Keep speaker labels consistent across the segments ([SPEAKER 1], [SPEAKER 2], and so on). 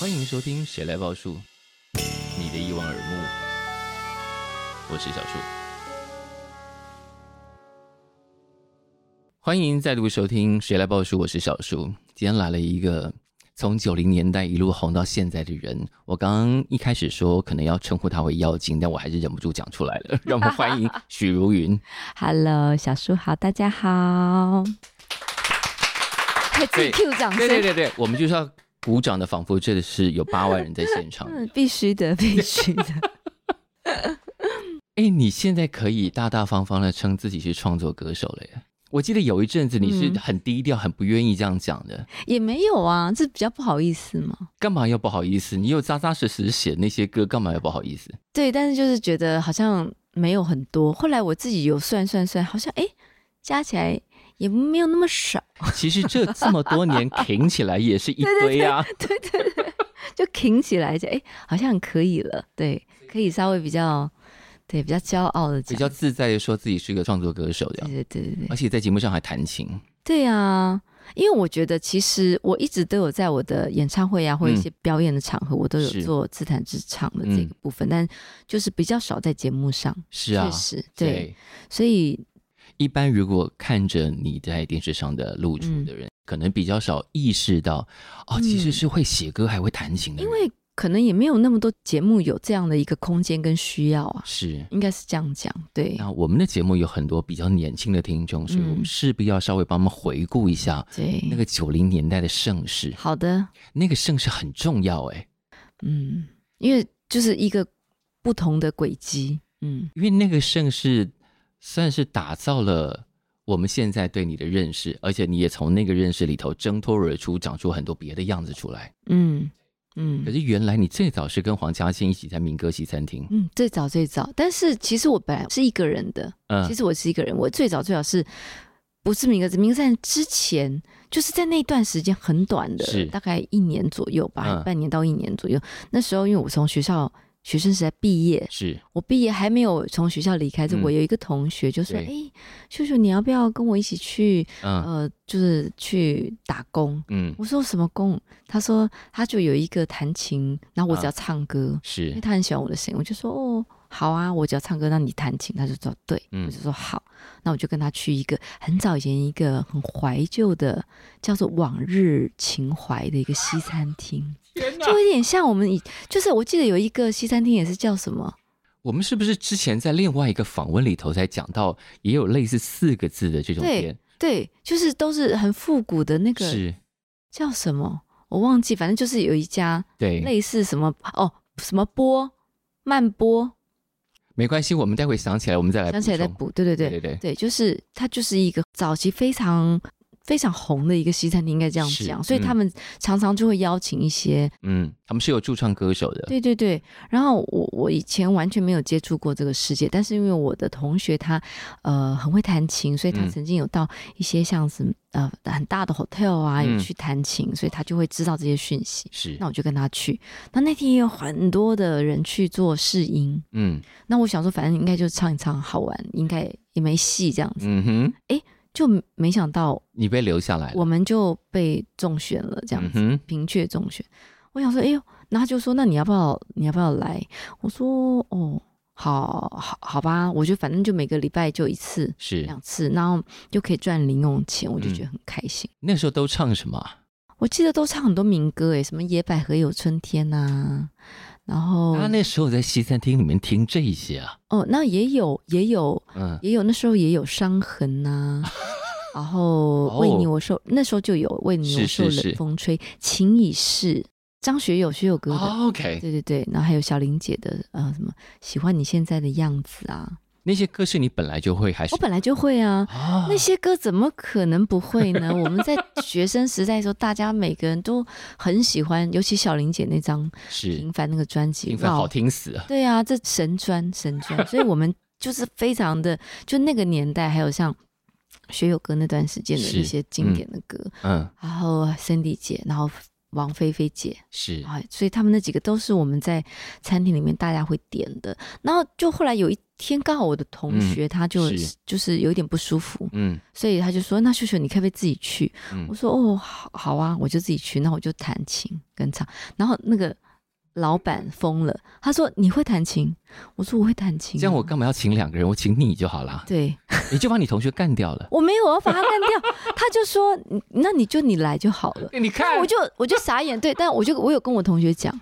[SPEAKER 1] 欢迎收听《谁来报数》，你的一望而目，我是小树。欢迎再度收听《谁来报数》，我是小树。今天来了一个从九零年代一路红到现在的人，我刚刚一开始说可能要称呼他为妖精，但我还是忍不住讲出来了。让我们欢迎许茹芸。
[SPEAKER 2] Hello，小叔好，大家好。还自
[SPEAKER 1] 对
[SPEAKER 2] 己 Q 掌声，
[SPEAKER 1] 对对对对，我们就是要鼓掌的，仿佛这里是有八万人在现场。
[SPEAKER 2] 嗯，必须的，必须的。
[SPEAKER 1] 哎，你现在可以大大方方的称自己是创作歌手了耶！我记得有一阵子你是
[SPEAKER 2] 嗯
[SPEAKER 1] 很低调、很不愿意这样讲的，
[SPEAKER 2] 也没有啊，这比较不好意思嘛。
[SPEAKER 1] 干嘛要不好意思？你又扎扎实实写那些歌，干嘛要不好意思？
[SPEAKER 2] 对，但是就是觉得好像没有很多。后来我自己有算算算，好像哎，加起来也没有那么少。
[SPEAKER 1] 其实这这么多年挺起来也是一堆啊。
[SPEAKER 2] 对对对，就挺起来就哎，好像可以了。对，可以稍微比较，对，比较骄傲的
[SPEAKER 1] 比
[SPEAKER 2] 讲。
[SPEAKER 1] 较自在的说自己是个创作歌手这
[SPEAKER 2] 对
[SPEAKER 1] 样，
[SPEAKER 2] 对对对对。
[SPEAKER 1] 而且在节目上还弹琴。
[SPEAKER 2] 对啊，因为我觉得其实我一直都有在我的演唱会啊，或者一些表演的场合，我都有
[SPEAKER 1] 嗯是嗯
[SPEAKER 2] 做自弹自唱的这个部分，但就是比较少在节目上。
[SPEAKER 1] 是啊嗯
[SPEAKER 2] 确，实，对，，所以
[SPEAKER 1] 一般如果看着你在电视上的露出的人，可能比较少意识到，哦，
[SPEAKER 2] 嗯
[SPEAKER 1] 其实是会写歌还会弹琴的
[SPEAKER 2] 因
[SPEAKER 1] 人。
[SPEAKER 2] 为可能也没有那么多节目有这样的一个空间跟需要啊，
[SPEAKER 1] 是，
[SPEAKER 2] 应该是这样讲。对，
[SPEAKER 1] 那我们的节目有很多比较年轻的听众，所以我们
[SPEAKER 2] 嗯
[SPEAKER 1] 势必要稍微帮他们回顾一下
[SPEAKER 2] 对，
[SPEAKER 1] 那个九零年代的盛世，
[SPEAKER 2] 好的，
[SPEAKER 1] 那个盛世很重要哎、
[SPEAKER 2] 嗯，因为就是一个不同的轨迹，嗯，
[SPEAKER 1] 因为那个盛世算是打造了我们现在对你的认识，而且你也从那个认识里头挣脱而出，长出很多别的样子出来。
[SPEAKER 2] 嗯，
[SPEAKER 1] 可
[SPEAKER 2] 嗯。
[SPEAKER 1] 是原来你最早是跟黄嘉欣一起在民歌西餐厅，
[SPEAKER 2] 嗯，最早最早，但是其实我本来是一个人的，
[SPEAKER 1] 嗯、
[SPEAKER 2] 其实我是一个人，我最早最早是不是民歌民歌站之前，就是在那段时间很短
[SPEAKER 1] 是
[SPEAKER 2] 的，大概一年左右吧，
[SPEAKER 1] 嗯
[SPEAKER 2] 半年到一年左右。那时候因为我从学校学生时代毕业，
[SPEAKER 1] 是
[SPEAKER 2] 我毕业还没有从学校离开，
[SPEAKER 1] 嗯
[SPEAKER 2] 我有一个同学就说：“
[SPEAKER 1] 对
[SPEAKER 2] 哎、秀秀，你要不要跟我一起去？
[SPEAKER 1] 嗯、
[SPEAKER 2] 呃，就是去打工。”
[SPEAKER 1] 嗯
[SPEAKER 2] 我说什么工？他说他就有一个弹琴，然后我
[SPEAKER 1] 啊
[SPEAKER 2] 只要唱歌。因为
[SPEAKER 1] 是
[SPEAKER 2] 他很喜欢我的声音，我就说哦，好啊，我只要唱歌，那你弹琴，他就说对，
[SPEAKER 1] 嗯
[SPEAKER 2] 我就说好，那我就跟他去一个很早以前一个很怀旧的叫做往日情怀的一个西餐 厅，就有点像我们以，就是我记得有一个西餐厅也是叫什么，
[SPEAKER 1] 我们是不是之前在另外一个访问里头才讲到，也有类似四个字的这种
[SPEAKER 2] 对
[SPEAKER 1] 店？
[SPEAKER 2] 对，就是都是很复古的那个
[SPEAKER 1] 是，
[SPEAKER 2] 叫什么，我忘记，反正就是有一家
[SPEAKER 1] 对，
[SPEAKER 2] 类似什么哦什么波慢波，
[SPEAKER 1] 没关系，我们待会想起来，我们再来
[SPEAKER 2] 想起来再
[SPEAKER 1] 充。
[SPEAKER 2] 补，对对
[SPEAKER 1] 对
[SPEAKER 2] 对
[SPEAKER 1] 对。对，
[SPEAKER 2] 对，就是它就是一个早期非常非常红的一个西餐厅，应该这样
[SPEAKER 1] 是
[SPEAKER 2] 讲。所以
[SPEAKER 1] 嗯
[SPEAKER 2] 他们常常就会邀请一些，
[SPEAKER 1] 嗯，他们是有驻唱歌手的，
[SPEAKER 2] 对对对。然后我我以前完全没有接触过这个世界，但是因为我的同学他呃很会弹琴，所以他
[SPEAKER 1] 嗯
[SPEAKER 2] 曾经有到一些像是呃很大的 hotel 啊有
[SPEAKER 1] 嗯
[SPEAKER 2] 去弹琴，所以他就会知道这些讯息。
[SPEAKER 1] 是
[SPEAKER 2] 那，我就跟他去，那那天也有很多的人去做试音，
[SPEAKER 1] 嗯
[SPEAKER 2] 那我想说反正应该就唱一唱好玩，应该也没戏这样子，
[SPEAKER 1] 嗯哼，
[SPEAKER 2] 就没想到
[SPEAKER 1] 你被留下来了，
[SPEAKER 2] 我们就被中选了，这样子、
[SPEAKER 1] 嗯哼
[SPEAKER 2] 平雀中选。我想说，哎呦，然后他就说，那你要不要，你要不要来？我说，哦，好好好吧，我就反正就每个礼拜就一次
[SPEAKER 1] 是
[SPEAKER 2] 两次，然后就可以赚零用钱，我就觉得很开心。
[SPEAKER 1] 那时候都唱什么啊？
[SPEAKER 2] 我记得都唱很多民歌，哎，什么《野百合有春天》呐，然后
[SPEAKER 1] 他那时候在西餐厅里面听这些啊，
[SPEAKER 2] 哦，那也有也有
[SPEAKER 1] 嗯，
[SPEAKER 2] 也有那时候也有伤 痕呐、然后
[SPEAKER 1] 哦
[SPEAKER 2] 为你我受、那时候就有为你我
[SPEAKER 1] 是
[SPEAKER 2] 受
[SPEAKER 1] 是是
[SPEAKER 2] 冷风吹，情已逝，张学友学友哥的，
[SPEAKER 1] 哦 OK，
[SPEAKER 2] 对对对，然后还有小玲姐的呃什么喜欢你现在的样子啊，
[SPEAKER 1] 那些歌是你本来就会还是
[SPEAKER 2] 我？本来就会啊。
[SPEAKER 1] 啊
[SPEAKER 2] 那些歌怎么可能不会呢？我 们在学生时代的时候，大家每个人都很喜欢，尤其小玲姐那张《
[SPEAKER 1] 是
[SPEAKER 2] 平凡》那个专辑，
[SPEAKER 1] 平凡
[SPEAKER 2] 哇哦
[SPEAKER 1] 好听死了，
[SPEAKER 2] 对啊，这神专神专，所以我们就是非常的，就那个年代，还有像学友哥那段时间的
[SPEAKER 1] 是
[SPEAKER 2] 一些经典的歌，
[SPEAKER 1] 嗯，
[SPEAKER 2] 然后 Cindy 姐，然后王菲菲姐
[SPEAKER 1] 是
[SPEAKER 2] 啊，所以他们那几个都是我们在餐厅里面大家会点的。然后就后来有一天，刚好我的同
[SPEAKER 1] 嗯
[SPEAKER 2] 学他就、
[SPEAKER 1] 是
[SPEAKER 2] 就是有一点不舒服，
[SPEAKER 1] 嗯
[SPEAKER 2] 所以他就说：“那秀秀，你可不可以自己去？”
[SPEAKER 1] 嗯
[SPEAKER 2] 我说：“哦，好好啊，我就自己去。”那我就弹琴跟唱。然后那个老板疯了，他说：“你会弹琴？”我说：“我会弹琴啊、
[SPEAKER 1] 这样我干嘛要请两个人？我请你就好啦，
[SPEAKER 2] 对，
[SPEAKER 1] 你就把你同学干掉了。
[SPEAKER 2] 我没有，我要把他干掉。他就说：“你那你就你来就好了。”
[SPEAKER 1] 哎你
[SPEAKER 2] 那
[SPEAKER 1] 看
[SPEAKER 2] 我，就我就傻眼，对，但我就我有跟我同学讲，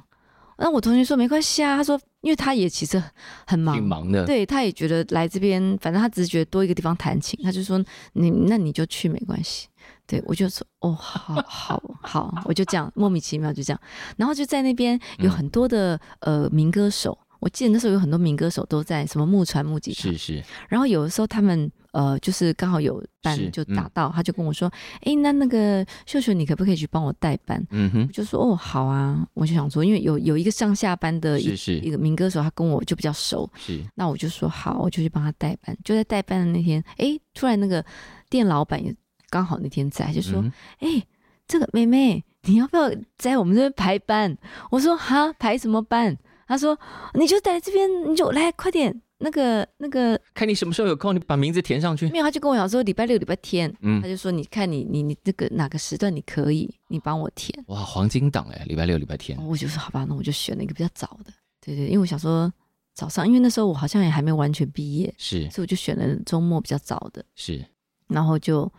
[SPEAKER 2] 那我同学说没关系啊，他说因为他也其实很忙，
[SPEAKER 1] 挺忙的，
[SPEAKER 2] 对，他也觉得来这边，反正他只是觉得多一个地方弹琴，他就说你那你就去没关系。对，我就说哦，好好好， 我就这样莫名其妙就这样，然后就在那边
[SPEAKER 1] 嗯
[SPEAKER 2] 有很多的、呃民歌手，我记得那时候有很多民歌手都在什么木船木吉他，
[SPEAKER 1] 是是，
[SPEAKER 2] 然后有的时候他们呃，就是刚好有
[SPEAKER 1] 是
[SPEAKER 2] 班就打
[SPEAKER 1] 嗯
[SPEAKER 2] 到，他就跟我说：“哎、那那个秀秀，你可不可以去帮我代班？”
[SPEAKER 1] 嗯
[SPEAKER 2] 我
[SPEAKER 1] 哼，
[SPEAKER 2] 就说：“哦，好啊。”我就想说，因为有有一个上下班的一
[SPEAKER 1] 是
[SPEAKER 2] 一
[SPEAKER 1] 是
[SPEAKER 2] 个民歌手，他跟我就比较熟，
[SPEAKER 1] 是，
[SPEAKER 2] 那我就说好，我就去帮他代班。就在代班的那天，哎，突然那个店老板也刚好那天在，就说
[SPEAKER 1] 嗯：“
[SPEAKER 2] 哎、这个妹妹，你要不要在我们这边排班？”我说：“哈，排什么班？”他说：“你就在这边，你就来，快点。”那个那个
[SPEAKER 1] 看你什么时候有空，你把名字填上去。
[SPEAKER 2] 没有，他就跟我讲说礼拜六、礼拜天，
[SPEAKER 1] 嗯
[SPEAKER 2] 他，就说你看你你你那个哪个时段你可以，你帮我填。
[SPEAKER 1] 哇，黄金档哎，礼拜六、礼拜天
[SPEAKER 2] 哦，我就说好吧，那我就选了一个比较早的，对对，因为我想说早上，因为那时候我好像也还没有完全毕业，
[SPEAKER 1] 是
[SPEAKER 2] 所以我就选了周末比较早的，
[SPEAKER 1] 是，
[SPEAKER 2] 然后就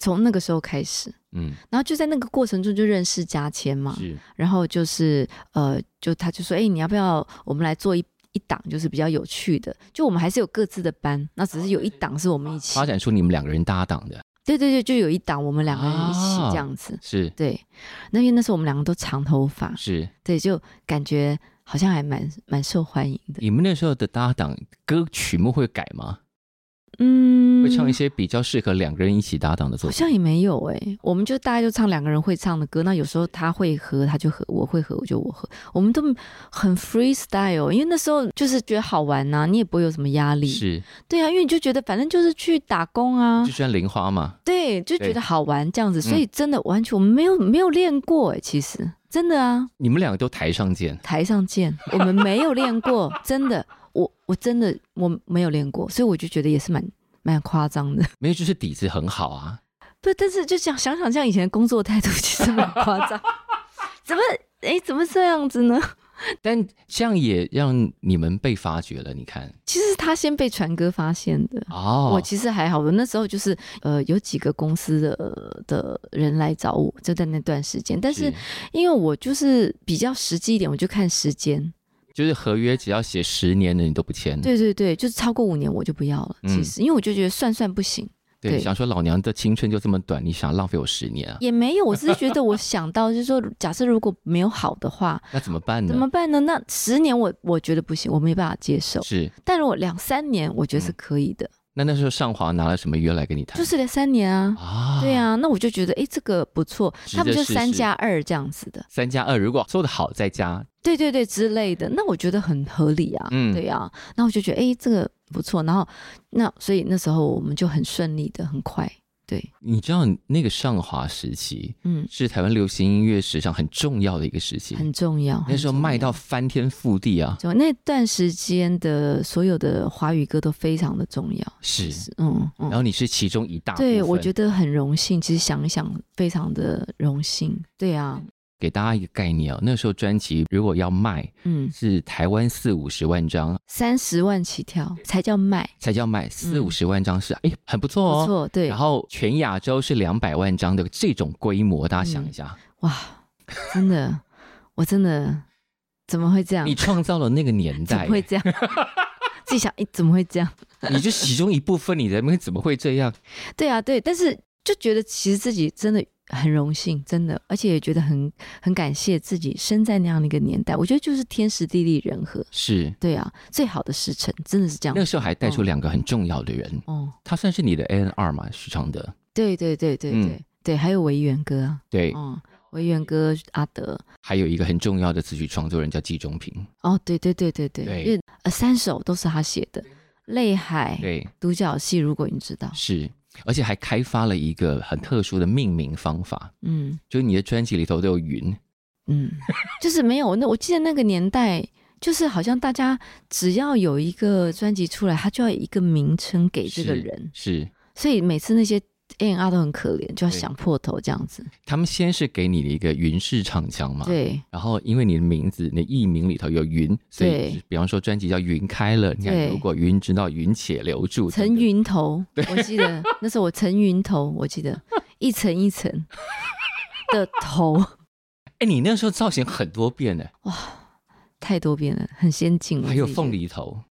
[SPEAKER 2] 从那个时候开始，
[SPEAKER 1] 嗯
[SPEAKER 2] 然后就在那个过程中就认识嘉谦嘛，
[SPEAKER 1] 是，
[SPEAKER 2] 然后就是呃，就他就说，哎、你要不要我们来做一一档，就是比较有趣的，就我们还是有各自的班，那只是有一档是我们一起
[SPEAKER 1] 发，展出你们两个人搭档的，
[SPEAKER 2] 对对对，就有一档我们两个人一起
[SPEAKER 1] 啊
[SPEAKER 2] 这样子。
[SPEAKER 1] 是
[SPEAKER 2] 对，那因为那时候我们两个都长头发，
[SPEAKER 1] 是，
[SPEAKER 2] 对，就感觉好像还蛮蛮受欢迎的。
[SPEAKER 1] 你们那时候的搭档歌曲目会改吗？
[SPEAKER 2] 嗯，
[SPEAKER 1] 会唱一些比较适合两个人一起搭档的
[SPEAKER 2] 好
[SPEAKER 1] 作品？
[SPEAKER 2] 像也没有哎、我们就大家就唱两个人会唱的歌。那有时候他会和他就和，我会和我就我和，我们都很 freestyle，因为那时候就是觉得好玩呐、你也不会有什么压力。
[SPEAKER 1] 是，
[SPEAKER 2] 对啊，因为你就觉得反正就是去打工啊
[SPEAKER 1] 就，像玲花嘛，
[SPEAKER 2] 对，就觉
[SPEAKER 1] 对嗯
[SPEAKER 2] 得好玩这样子。所以真的完全我们没有没有练过哎、其实真的啊，
[SPEAKER 1] 你们两个都台上见，
[SPEAKER 2] 台上见， 我们没有练过， 真的，我我真的我没有练过，所以我就觉得也是蛮蛮夸张的。
[SPEAKER 1] 没有就是底子很好啊，
[SPEAKER 2] 不，但是就想想想，这样以前的工作态度其实蛮夸张， 怎么哎怎么这样子呢？
[SPEAKER 1] 但这样也让你们被发掘了。你看，
[SPEAKER 2] 其实是他先被传哥发现的。我
[SPEAKER 1] 哦，
[SPEAKER 2] 其实还好，我那时候就是呃，有几个公司的的人来找我，就在那段时间。但是因为我就是比较实际一点，我就看时间。
[SPEAKER 1] 嗯就是合约只要写十年的你都不签，
[SPEAKER 2] 对对对，就是超过五年我就不要了。其
[SPEAKER 1] 嗯
[SPEAKER 2] 实，因为我就觉得算算不行，
[SPEAKER 1] 对
[SPEAKER 2] 对
[SPEAKER 1] 想说老娘的青春就这么短，你想浪费我十年啊？
[SPEAKER 2] 也没有，我只是觉得我想到就是说，假设如果没有好的话，
[SPEAKER 1] 那怎么办呢？
[SPEAKER 2] 怎么办呢？那十年我我觉得不行，我没办法接受。
[SPEAKER 1] 是，
[SPEAKER 2] 但如果两三年，我
[SPEAKER 1] 嗯
[SPEAKER 2] 觉得是可以的，
[SPEAKER 1] 那那时候上华拿了什么约来跟你谈？
[SPEAKER 2] 就是两三年啊。
[SPEAKER 1] 啊，
[SPEAKER 2] 对，啊，那我就觉得，哎，这个不错，
[SPEAKER 1] 值得
[SPEAKER 2] 他们就
[SPEAKER 1] 试试
[SPEAKER 2] 三加二这样子的，
[SPEAKER 1] 三加二如果做的好再加，
[SPEAKER 2] 对对对之类的，那我觉得很合理啊，
[SPEAKER 1] 嗯
[SPEAKER 2] 对啊，那我就觉得，哎，这个不错，然后那所以那时候我们就很顺利的，很快，对，
[SPEAKER 1] 你知道那个上华时期
[SPEAKER 2] 嗯，
[SPEAKER 1] 是台湾流行音乐史上很重要的一个时期，
[SPEAKER 2] 很重要，
[SPEAKER 1] 那时候
[SPEAKER 2] 很重要
[SPEAKER 1] 卖到翻天覆地啊，
[SPEAKER 2] 就那段时间的所有的华语歌都非常的重要，
[SPEAKER 1] 是。
[SPEAKER 2] 是嗯嗯
[SPEAKER 1] 然，后你是其中一大部分，
[SPEAKER 2] 对，我觉得很荣幸，其实想一想，非常的荣幸，对啊，
[SPEAKER 1] 给大家一个概念哦，那时候专辑如果要卖，
[SPEAKER 2] 嗯，
[SPEAKER 1] 是台湾四五十万张
[SPEAKER 2] 三十万起跳才叫卖，
[SPEAKER 1] 才叫卖，四五十万张是哎、很不错
[SPEAKER 2] 不
[SPEAKER 1] 哦。
[SPEAKER 2] 错，对
[SPEAKER 1] 然，后全亚洲是两百万张的这种规模，大家想一下，
[SPEAKER 2] 嗯哇，真的，我真的怎么会这样
[SPEAKER 1] 你？创造了那个年
[SPEAKER 2] 怎
[SPEAKER 1] 代
[SPEAKER 2] 么，会 这样？自己想，哎，怎么会这样？
[SPEAKER 1] 你就其中一部分，你人们怎么会这样？
[SPEAKER 2] 对啊，对，但是就觉得其实自己真的很荣幸，真的，而且也觉得很很感谢自己生在那样的一个年代，我觉得就是天时地利人和，
[SPEAKER 1] 是
[SPEAKER 2] 对啊，最好的时辰真的是这样
[SPEAKER 1] 那。时候还带出两个很重要的人，
[SPEAKER 2] 哦，
[SPEAKER 1] 他算是你的 N R 嘛，许常德，
[SPEAKER 2] 对对对对
[SPEAKER 1] 嗯
[SPEAKER 2] 对、对，还有维园哥啊，
[SPEAKER 1] 对，
[SPEAKER 2] 嗯，维园哥阿德，
[SPEAKER 1] 还有一个很重要的词曲创作人叫季中平，
[SPEAKER 2] 哦，对对对对对，
[SPEAKER 1] 对
[SPEAKER 2] 因为呃三首都是他写的，《泪海》、
[SPEAKER 1] 对，
[SPEAKER 2] 《独角戏》，如果你知道，
[SPEAKER 1] 是而且还开发了一个很特殊的命名方法，
[SPEAKER 2] 嗯
[SPEAKER 1] 就是你的专辑里头都有云，
[SPEAKER 2] 嗯，就是没有那我记得那个年代，就是好像大家只要有一个专辑出来，他就要一个名称给这个
[SPEAKER 1] 是
[SPEAKER 2] 人，
[SPEAKER 1] 是
[SPEAKER 2] 所以每次那些 N R 都很可怜，就要
[SPEAKER 1] 对
[SPEAKER 2] 想破头这样子。
[SPEAKER 1] 他们先是给你的一个云式唱腔嘛，
[SPEAKER 2] 对
[SPEAKER 1] 然后因为你的名字，你的艺名里头有云，所以
[SPEAKER 2] 对
[SPEAKER 1] 比方说专辑叫《云开了》，你看
[SPEAKER 2] 对
[SPEAKER 1] 如果云知道云且留住，
[SPEAKER 2] 层
[SPEAKER 1] 等等
[SPEAKER 2] 云头，我记得那时候我层云头，我记得一层一层的头，
[SPEAKER 1] 哎，你那时候造型很多变呢，
[SPEAKER 2] 太多变了，很先进。我
[SPEAKER 1] 还有
[SPEAKER 2] 自己觉得
[SPEAKER 1] 凤，梨头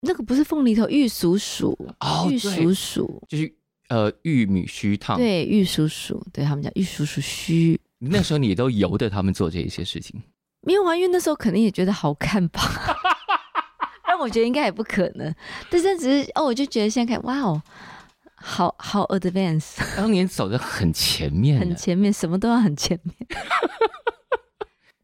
[SPEAKER 2] 那个不是凤梨头，玉蜀黍，
[SPEAKER 1] 哦，
[SPEAKER 2] 玉
[SPEAKER 1] 对啊
[SPEAKER 2] 蜀，黍，
[SPEAKER 1] 就是呃玉米须烫，，
[SPEAKER 2] 对，玉蜀黍，对他们讲玉蜀黍须。
[SPEAKER 1] 那时候你都由得他们做这一些事 情，
[SPEAKER 2] 没有啊，因为那时候肯定也觉得好看 吧，但我觉得应该也不可能。但是只是哦，我就觉得现在看，哇哦，好好 advance，
[SPEAKER 1] 当年走的很前面
[SPEAKER 2] 很
[SPEAKER 1] 呢，
[SPEAKER 2] 前面，什么都要很前面。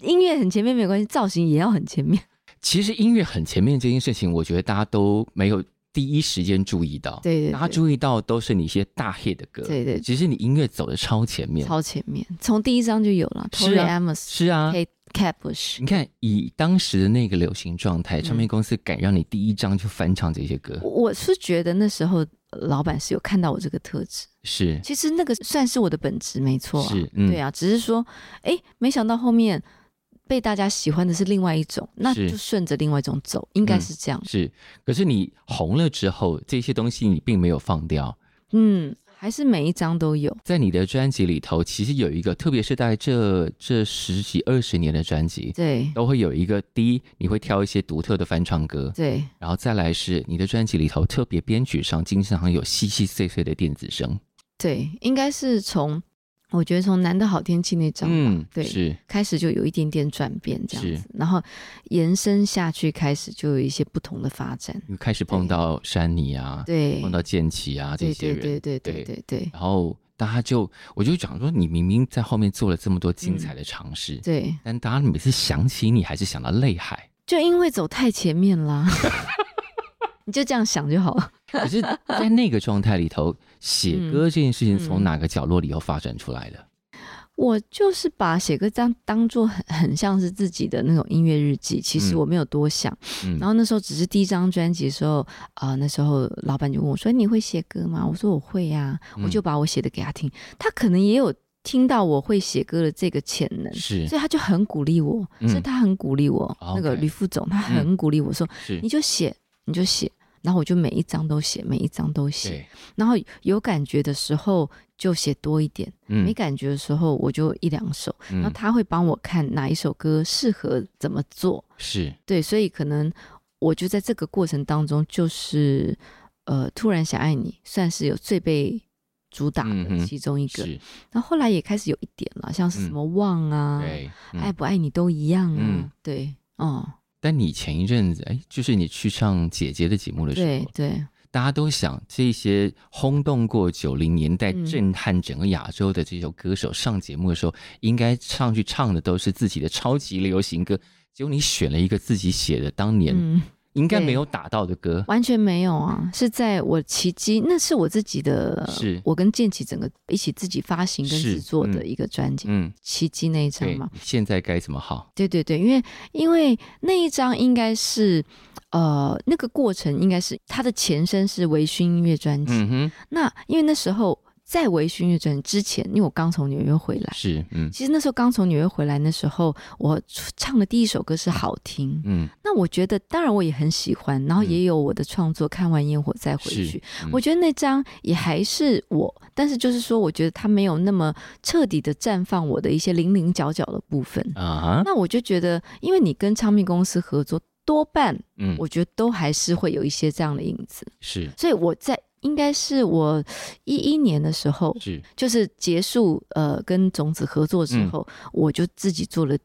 [SPEAKER 2] 音乐很前面没有关系，造型也要很前面。
[SPEAKER 1] 其实音乐很前面这件事情，我觉得大家都没有第一时间注意到，
[SPEAKER 2] 对对
[SPEAKER 1] 大家
[SPEAKER 2] 对，
[SPEAKER 1] 注意到都是你一些大 hit 的歌，
[SPEAKER 2] 对对
[SPEAKER 1] 其实你音乐走的超前面，
[SPEAKER 2] 超前面，从第一张就有了。
[SPEAKER 1] 是
[SPEAKER 2] Tori
[SPEAKER 1] 啊
[SPEAKER 2] Amos、
[SPEAKER 1] 是啊，
[SPEAKER 2] Kate Cabush，
[SPEAKER 1] 你看，以当时的那个流行状态，唱片公司敢让你第一张就翻唱这些歌，
[SPEAKER 2] 嗯我我是觉得那时候老板是有看到我这个特质，
[SPEAKER 1] 是
[SPEAKER 2] 其实那个算是我的本质，没错、啊。
[SPEAKER 1] 是，嗯，
[SPEAKER 2] 对啊，只是说，哎，没想到后面被大家喜欢的是另外一种，那
[SPEAKER 1] 是嗯
[SPEAKER 2] 就顺着另外一种走，应该是这样。
[SPEAKER 1] 是。可是你红了之后，这些东西你并没有放掉，
[SPEAKER 2] 嗯，还是每一张都有。
[SPEAKER 1] 在你的专辑里头，其实有一个，特别是在这这十几二十年的专辑，
[SPEAKER 2] 对
[SPEAKER 1] 都会有一个，第一，你会挑一些独特的翻唱歌。
[SPEAKER 2] 对，
[SPEAKER 1] 然后再来是你的专辑里头特别编曲上经常有细细碎碎的电子声，
[SPEAKER 2] 对，应该是从我觉得从《难得好天气》那张
[SPEAKER 1] 嗯，
[SPEAKER 2] 对
[SPEAKER 1] 是
[SPEAKER 2] 开始就有一点点转变这样
[SPEAKER 1] 是
[SPEAKER 2] 子，然后延伸下去开始就有一些不同的发展。
[SPEAKER 1] 你开始碰
[SPEAKER 2] 对
[SPEAKER 1] 到山泥啊，
[SPEAKER 2] 对，
[SPEAKER 1] 碰到剑奇啊这
[SPEAKER 2] 对
[SPEAKER 1] 些
[SPEAKER 2] 对
[SPEAKER 1] 人，
[SPEAKER 2] 对对对
[SPEAKER 1] 对啊
[SPEAKER 2] 对对
[SPEAKER 1] 然后大家就，我就讲说，你明明在后面做了这么多精彩的尝试，
[SPEAKER 2] 嗯对，
[SPEAKER 1] 但大家每次想起你，还是想到泪 海。
[SPEAKER 2] 就因为走太前面 啦，你就这样想就好了。
[SPEAKER 1] 可是，在那个状态里头，写歌这件事情
[SPEAKER 2] 嗯
[SPEAKER 1] 从哪个角落里头发展出来的？
[SPEAKER 2] 我就是把写歌当当做很很像是自己的那种音乐日记，其实
[SPEAKER 1] 嗯
[SPEAKER 2] 我没有多想。
[SPEAKER 1] 嗯，
[SPEAKER 2] 然后那时候只是第一张专辑的时候，啊、那时候老板就问我说：“你会写歌吗？”我说：“我会呀、
[SPEAKER 1] 嗯
[SPEAKER 2] 我就把我写的给他听，他可能也有听到我会写歌的这个潜能，
[SPEAKER 1] 是
[SPEAKER 2] 所以他就很鼓励我，
[SPEAKER 1] 嗯哦
[SPEAKER 2] 所以他很鼓励我。
[SPEAKER 1] OK 嗯
[SPEAKER 2] 那个吕副总他很鼓励我说：“
[SPEAKER 1] 是
[SPEAKER 2] 你，就写，你就写。”然后我就每一张都写，每一张都写。
[SPEAKER 1] 对，
[SPEAKER 2] 然后有感觉的时候就写多一点，没
[SPEAKER 1] 嗯
[SPEAKER 2] 感觉的时候我就一两首。然后
[SPEAKER 1] 嗯，
[SPEAKER 2] 他会帮我看哪一首歌适合怎么做，
[SPEAKER 1] 是
[SPEAKER 2] 对，所以可能我就在这个过程当中，就是呃，突然想爱你，算是有最被主打
[SPEAKER 1] 嗯哼
[SPEAKER 2] 的其中一个。
[SPEAKER 1] 是，
[SPEAKER 2] 然后后来也开始有一点了，像是什
[SPEAKER 1] 嗯
[SPEAKER 2] 么忘啊，
[SPEAKER 1] 对。
[SPEAKER 2] 爱
[SPEAKER 1] 嗯，
[SPEAKER 2] 不爱你都一样啊，
[SPEAKER 1] 嗯
[SPEAKER 2] 对，哦、
[SPEAKER 1] 但你前一阵子，哎，就是你去上姐姐的节目的时
[SPEAKER 2] 对
[SPEAKER 1] 候，
[SPEAKER 2] 对
[SPEAKER 1] 大家都想这些轰动过九零年代、
[SPEAKER 2] 嗯
[SPEAKER 1] 震撼整个亚洲的这首歌手上节目的时候，应该上去唱的都是自己的超级流行歌，结果你选了一个自己写的当年、
[SPEAKER 2] 嗯，
[SPEAKER 1] 应该
[SPEAKER 2] 对
[SPEAKER 1] 没有打到的歌，
[SPEAKER 2] 完全没有啊，是在我奇迹，那是我自己的，
[SPEAKER 1] 是
[SPEAKER 2] 我跟建奇整个一起自己发行跟
[SPEAKER 1] 是
[SPEAKER 2] 制作的
[SPEAKER 1] 嗯
[SPEAKER 2] 一个专辑。
[SPEAKER 1] 嗯，
[SPEAKER 2] 奇迹那一张
[SPEAKER 1] 对
[SPEAKER 2] 嘛，，
[SPEAKER 1] 现在该怎么好？
[SPEAKER 2] 对对对，因为因为那一张应该是，呃，那个过程应该是它的前身是微醺音乐专辑。
[SPEAKER 1] 嗯哼，
[SPEAKER 2] 那因为那时候在微醺音乐专辑之前，因为我刚从纽约回来，
[SPEAKER 1] 是，嗯
[SPEAKER 2] 其实那时候刚从纽约回来，那时候我唱的第一首歌是《好听》。
[SPEAKER 1] 嗯，
[SPEAKER 2] 那我觉得，当然我也很喜欢，然后
[SPEAKER 1] 嗯
[SPEAKER 2] 也有我的创作，看完烟火再回
[SPEAKER 1] 是
[SPEAKER 2] 去。
[SPEAKER 1] 嗯
[SPEAKER 2] 我觉得那张也还是我，但是就是说，我觉得它没有那么彻底的绽放我的一些零零角角的部分。
[SPEAKER 1] 啊哈，
[SPEAKER 2] 那我就觉得，因为你跟唱片公司合作，多半
[SPEAKER 1] 嗯，
[SPEAKER 2] 我觉得都还是会有一些这样的影子。
[SPEAKER 1] 是
[SPEAKER 2] 所以我在应该是我一一年的时候，
[SPEAKER 1] 是，
[SPEAKER 2] 就是结束呃跟种子合作
[SPEAKER 1] 嗯
[SPEAKER 2] 之后，我就自己做了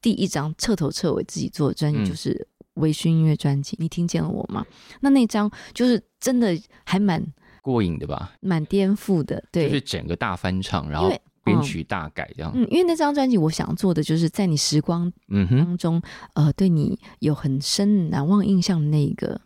[SPEAKER 2] 第一张彻头彻尾自己做的专辑，
[SPEAKER 1] 嗯
[SPEAKER 2] 就是微醺音乐专辑。你听见了我吗？那那张就是真的还蛮
[SPEAKER 1] 过瘾的吧？
[SPEAKER 2] 蛮颠覆的，对，
[SPEAKER 1] 就是整个大翻唱，然
[SPEAKER 2] 因
[SPEAKER 1] 后
[SPEAKER 2] 为
[SPEAKER 1] 编
[SPEAKER 2] 嗯
[SPEAKER 1] 曲大改这样，
[SPEAKER 2] 嗯，因为那张专辑我想做的就是在你时光
[SPEAKER 1] 嗯哼，
[SPEAKER 2] 当中，呃，对你有很深难忘印象的那一个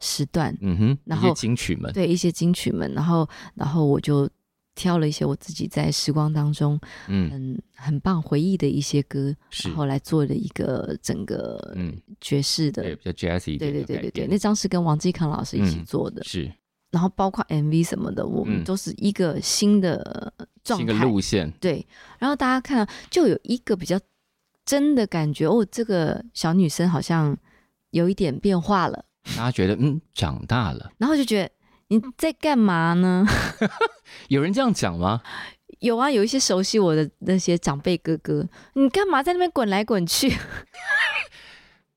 [SPEAKER 2] 时段，
[SPEAKER 1] 嗯哼，
[SPEAKER 2] 然
[SPEAKER 1] 一些
[SPEAKER 2] 后
[SPEAKER 1] 金曲们，
[SPEAKER 2] 对一些金曲们，然后然后我就挑了一些我自己在时光当中
[SPEAKER 1] 嗯，
[SPEAKER 2] 很很棒回忆的一些歌，
[SPEAKER 1] 是
[SPEAKER 2] 然，后来做了一个整个
[SPEAKER 1] 嗯，
[SPEAKER 2] 爵士的，
[SPEAKER 1] 对，比较 jazz 一
[SPEAKER 2] 对
[SPEAKER 1] 点
[SPEAKER 2] 对
[SPEAKER 1] 的
[SPEAKER 2] 对
[SPEAKER 1] 改
[SPEAKER 2] 对对，
[SPEAKER 1] 编，
[SPEAKER 2] 那张是跟王继康老师一起
[SPEAKER 1] 嗯
[SPEAKER 2] 做的，
[SPEAKER 1] 是
[SPEAKER 2] 然后包括 MV 什么的，我们
[SPEAKER 1] 嗯
[SPEAKER 2] 都是一个新的呃
[SPEAKER 1] 是
[SPEAKER 2] 状
[SPEAKER 1] 一个
[SPEAKER 2] 态，
[SPEAKER 1] 路线，
[SPEAKER 2] 对，然后大家看到就有一个比较真的感觉，哦，这个小女生好像有一点变化了，
[SPEAKER 1] 大家觉得嗯， 长大了，
[SPEAKER 2] 然后就觉得你在干嘛呢？
[SPEAKER 1] 有人这样讲吗？
[SPEAKER 2] 有啊，有一些熟悉我的那些长辈哥哥，你干嘛在那边滚来滚去？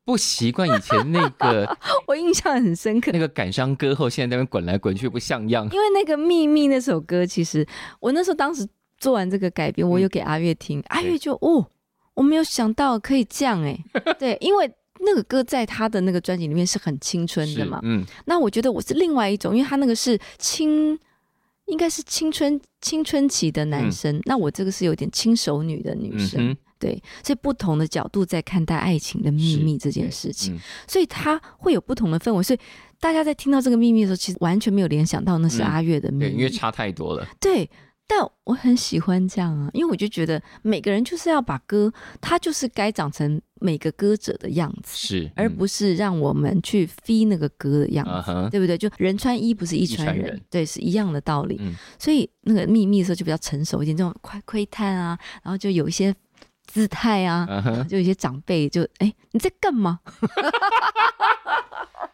[SPEAKER 1] 不习惯以前那 个
[SPEAKER 2] 我印象很深刻
[SPEAKER 1] 那。个感伤歌后，现在在那边滚来滚去不像样，
[SPEAKER 2] 因为那个《秘密》那首歌，其实我那时候当时做完这个改编，我有给阿月听，阿月就哦，我没有想到可以这样哎、对，因为那个歌在他的那个专辑里面是很青春的
[SPEAKER 1] 是
[SPEAKER 2] 嘛，
[SPEAKER 1] 嗯，
[SPEAKER 2] 那我觉得我是另外一种，因为他那个是青，应该是青春青春期的男生，那我这个是有点轻熟女的女
[SPEAKER 1] 嗯
[SPEAKER 2] 生，
[SPEAKER 1] 哼，
[SPEAKER 2] 对，所以不同的角度在看待爱情的秘密这件事情，
[SPEAKER 1] 嗯
[SPEAKER 2] 所以它会有不同的氛围，所以大家在听到这个秘密的时候，其实完全没有联想到那是
[SPEAKER 1] 嗯
[SPEAKER 2] 阿月的秘
[SPEAKER 1] 对，因
[SPEAKER 2] 密，
[SPEAKER 1] 为差太多了，
[SPEAKER 2] 对。但我很喜欢这样啊，因为我就觉得每个人就是要把歌，他就是该长成每个歌者的样子，
[SPEAKER 1] 是，
[SPEAKER 2] 而
[SPEAKER 1] 嗯
[SPEAKER 2] 不是让我们去 f 那个歌的样子。
[SPEAKER 1] 嗯哼，
[SPEAKER 2] 对不对？就人穿衣不是一
[SPEAKER 1] 一
[SPEAKER 2] 穿
[SPEAKER 1] 穿
[SPEAKER 2] 人，
[SPEAKER 1] 人
[SPEAKER 2] 对，是一样的道理。
[SPEAKER 1] 嗯
[SPEAKER 2] 所以那个秘密的时候就比较成熟一点，这种快窥探啊，然后就有一些姿态啊，
[SPEAKER 1] 嗯哼，
[SPEAKER 2] 就有一些长辈就哎你在 干嘛？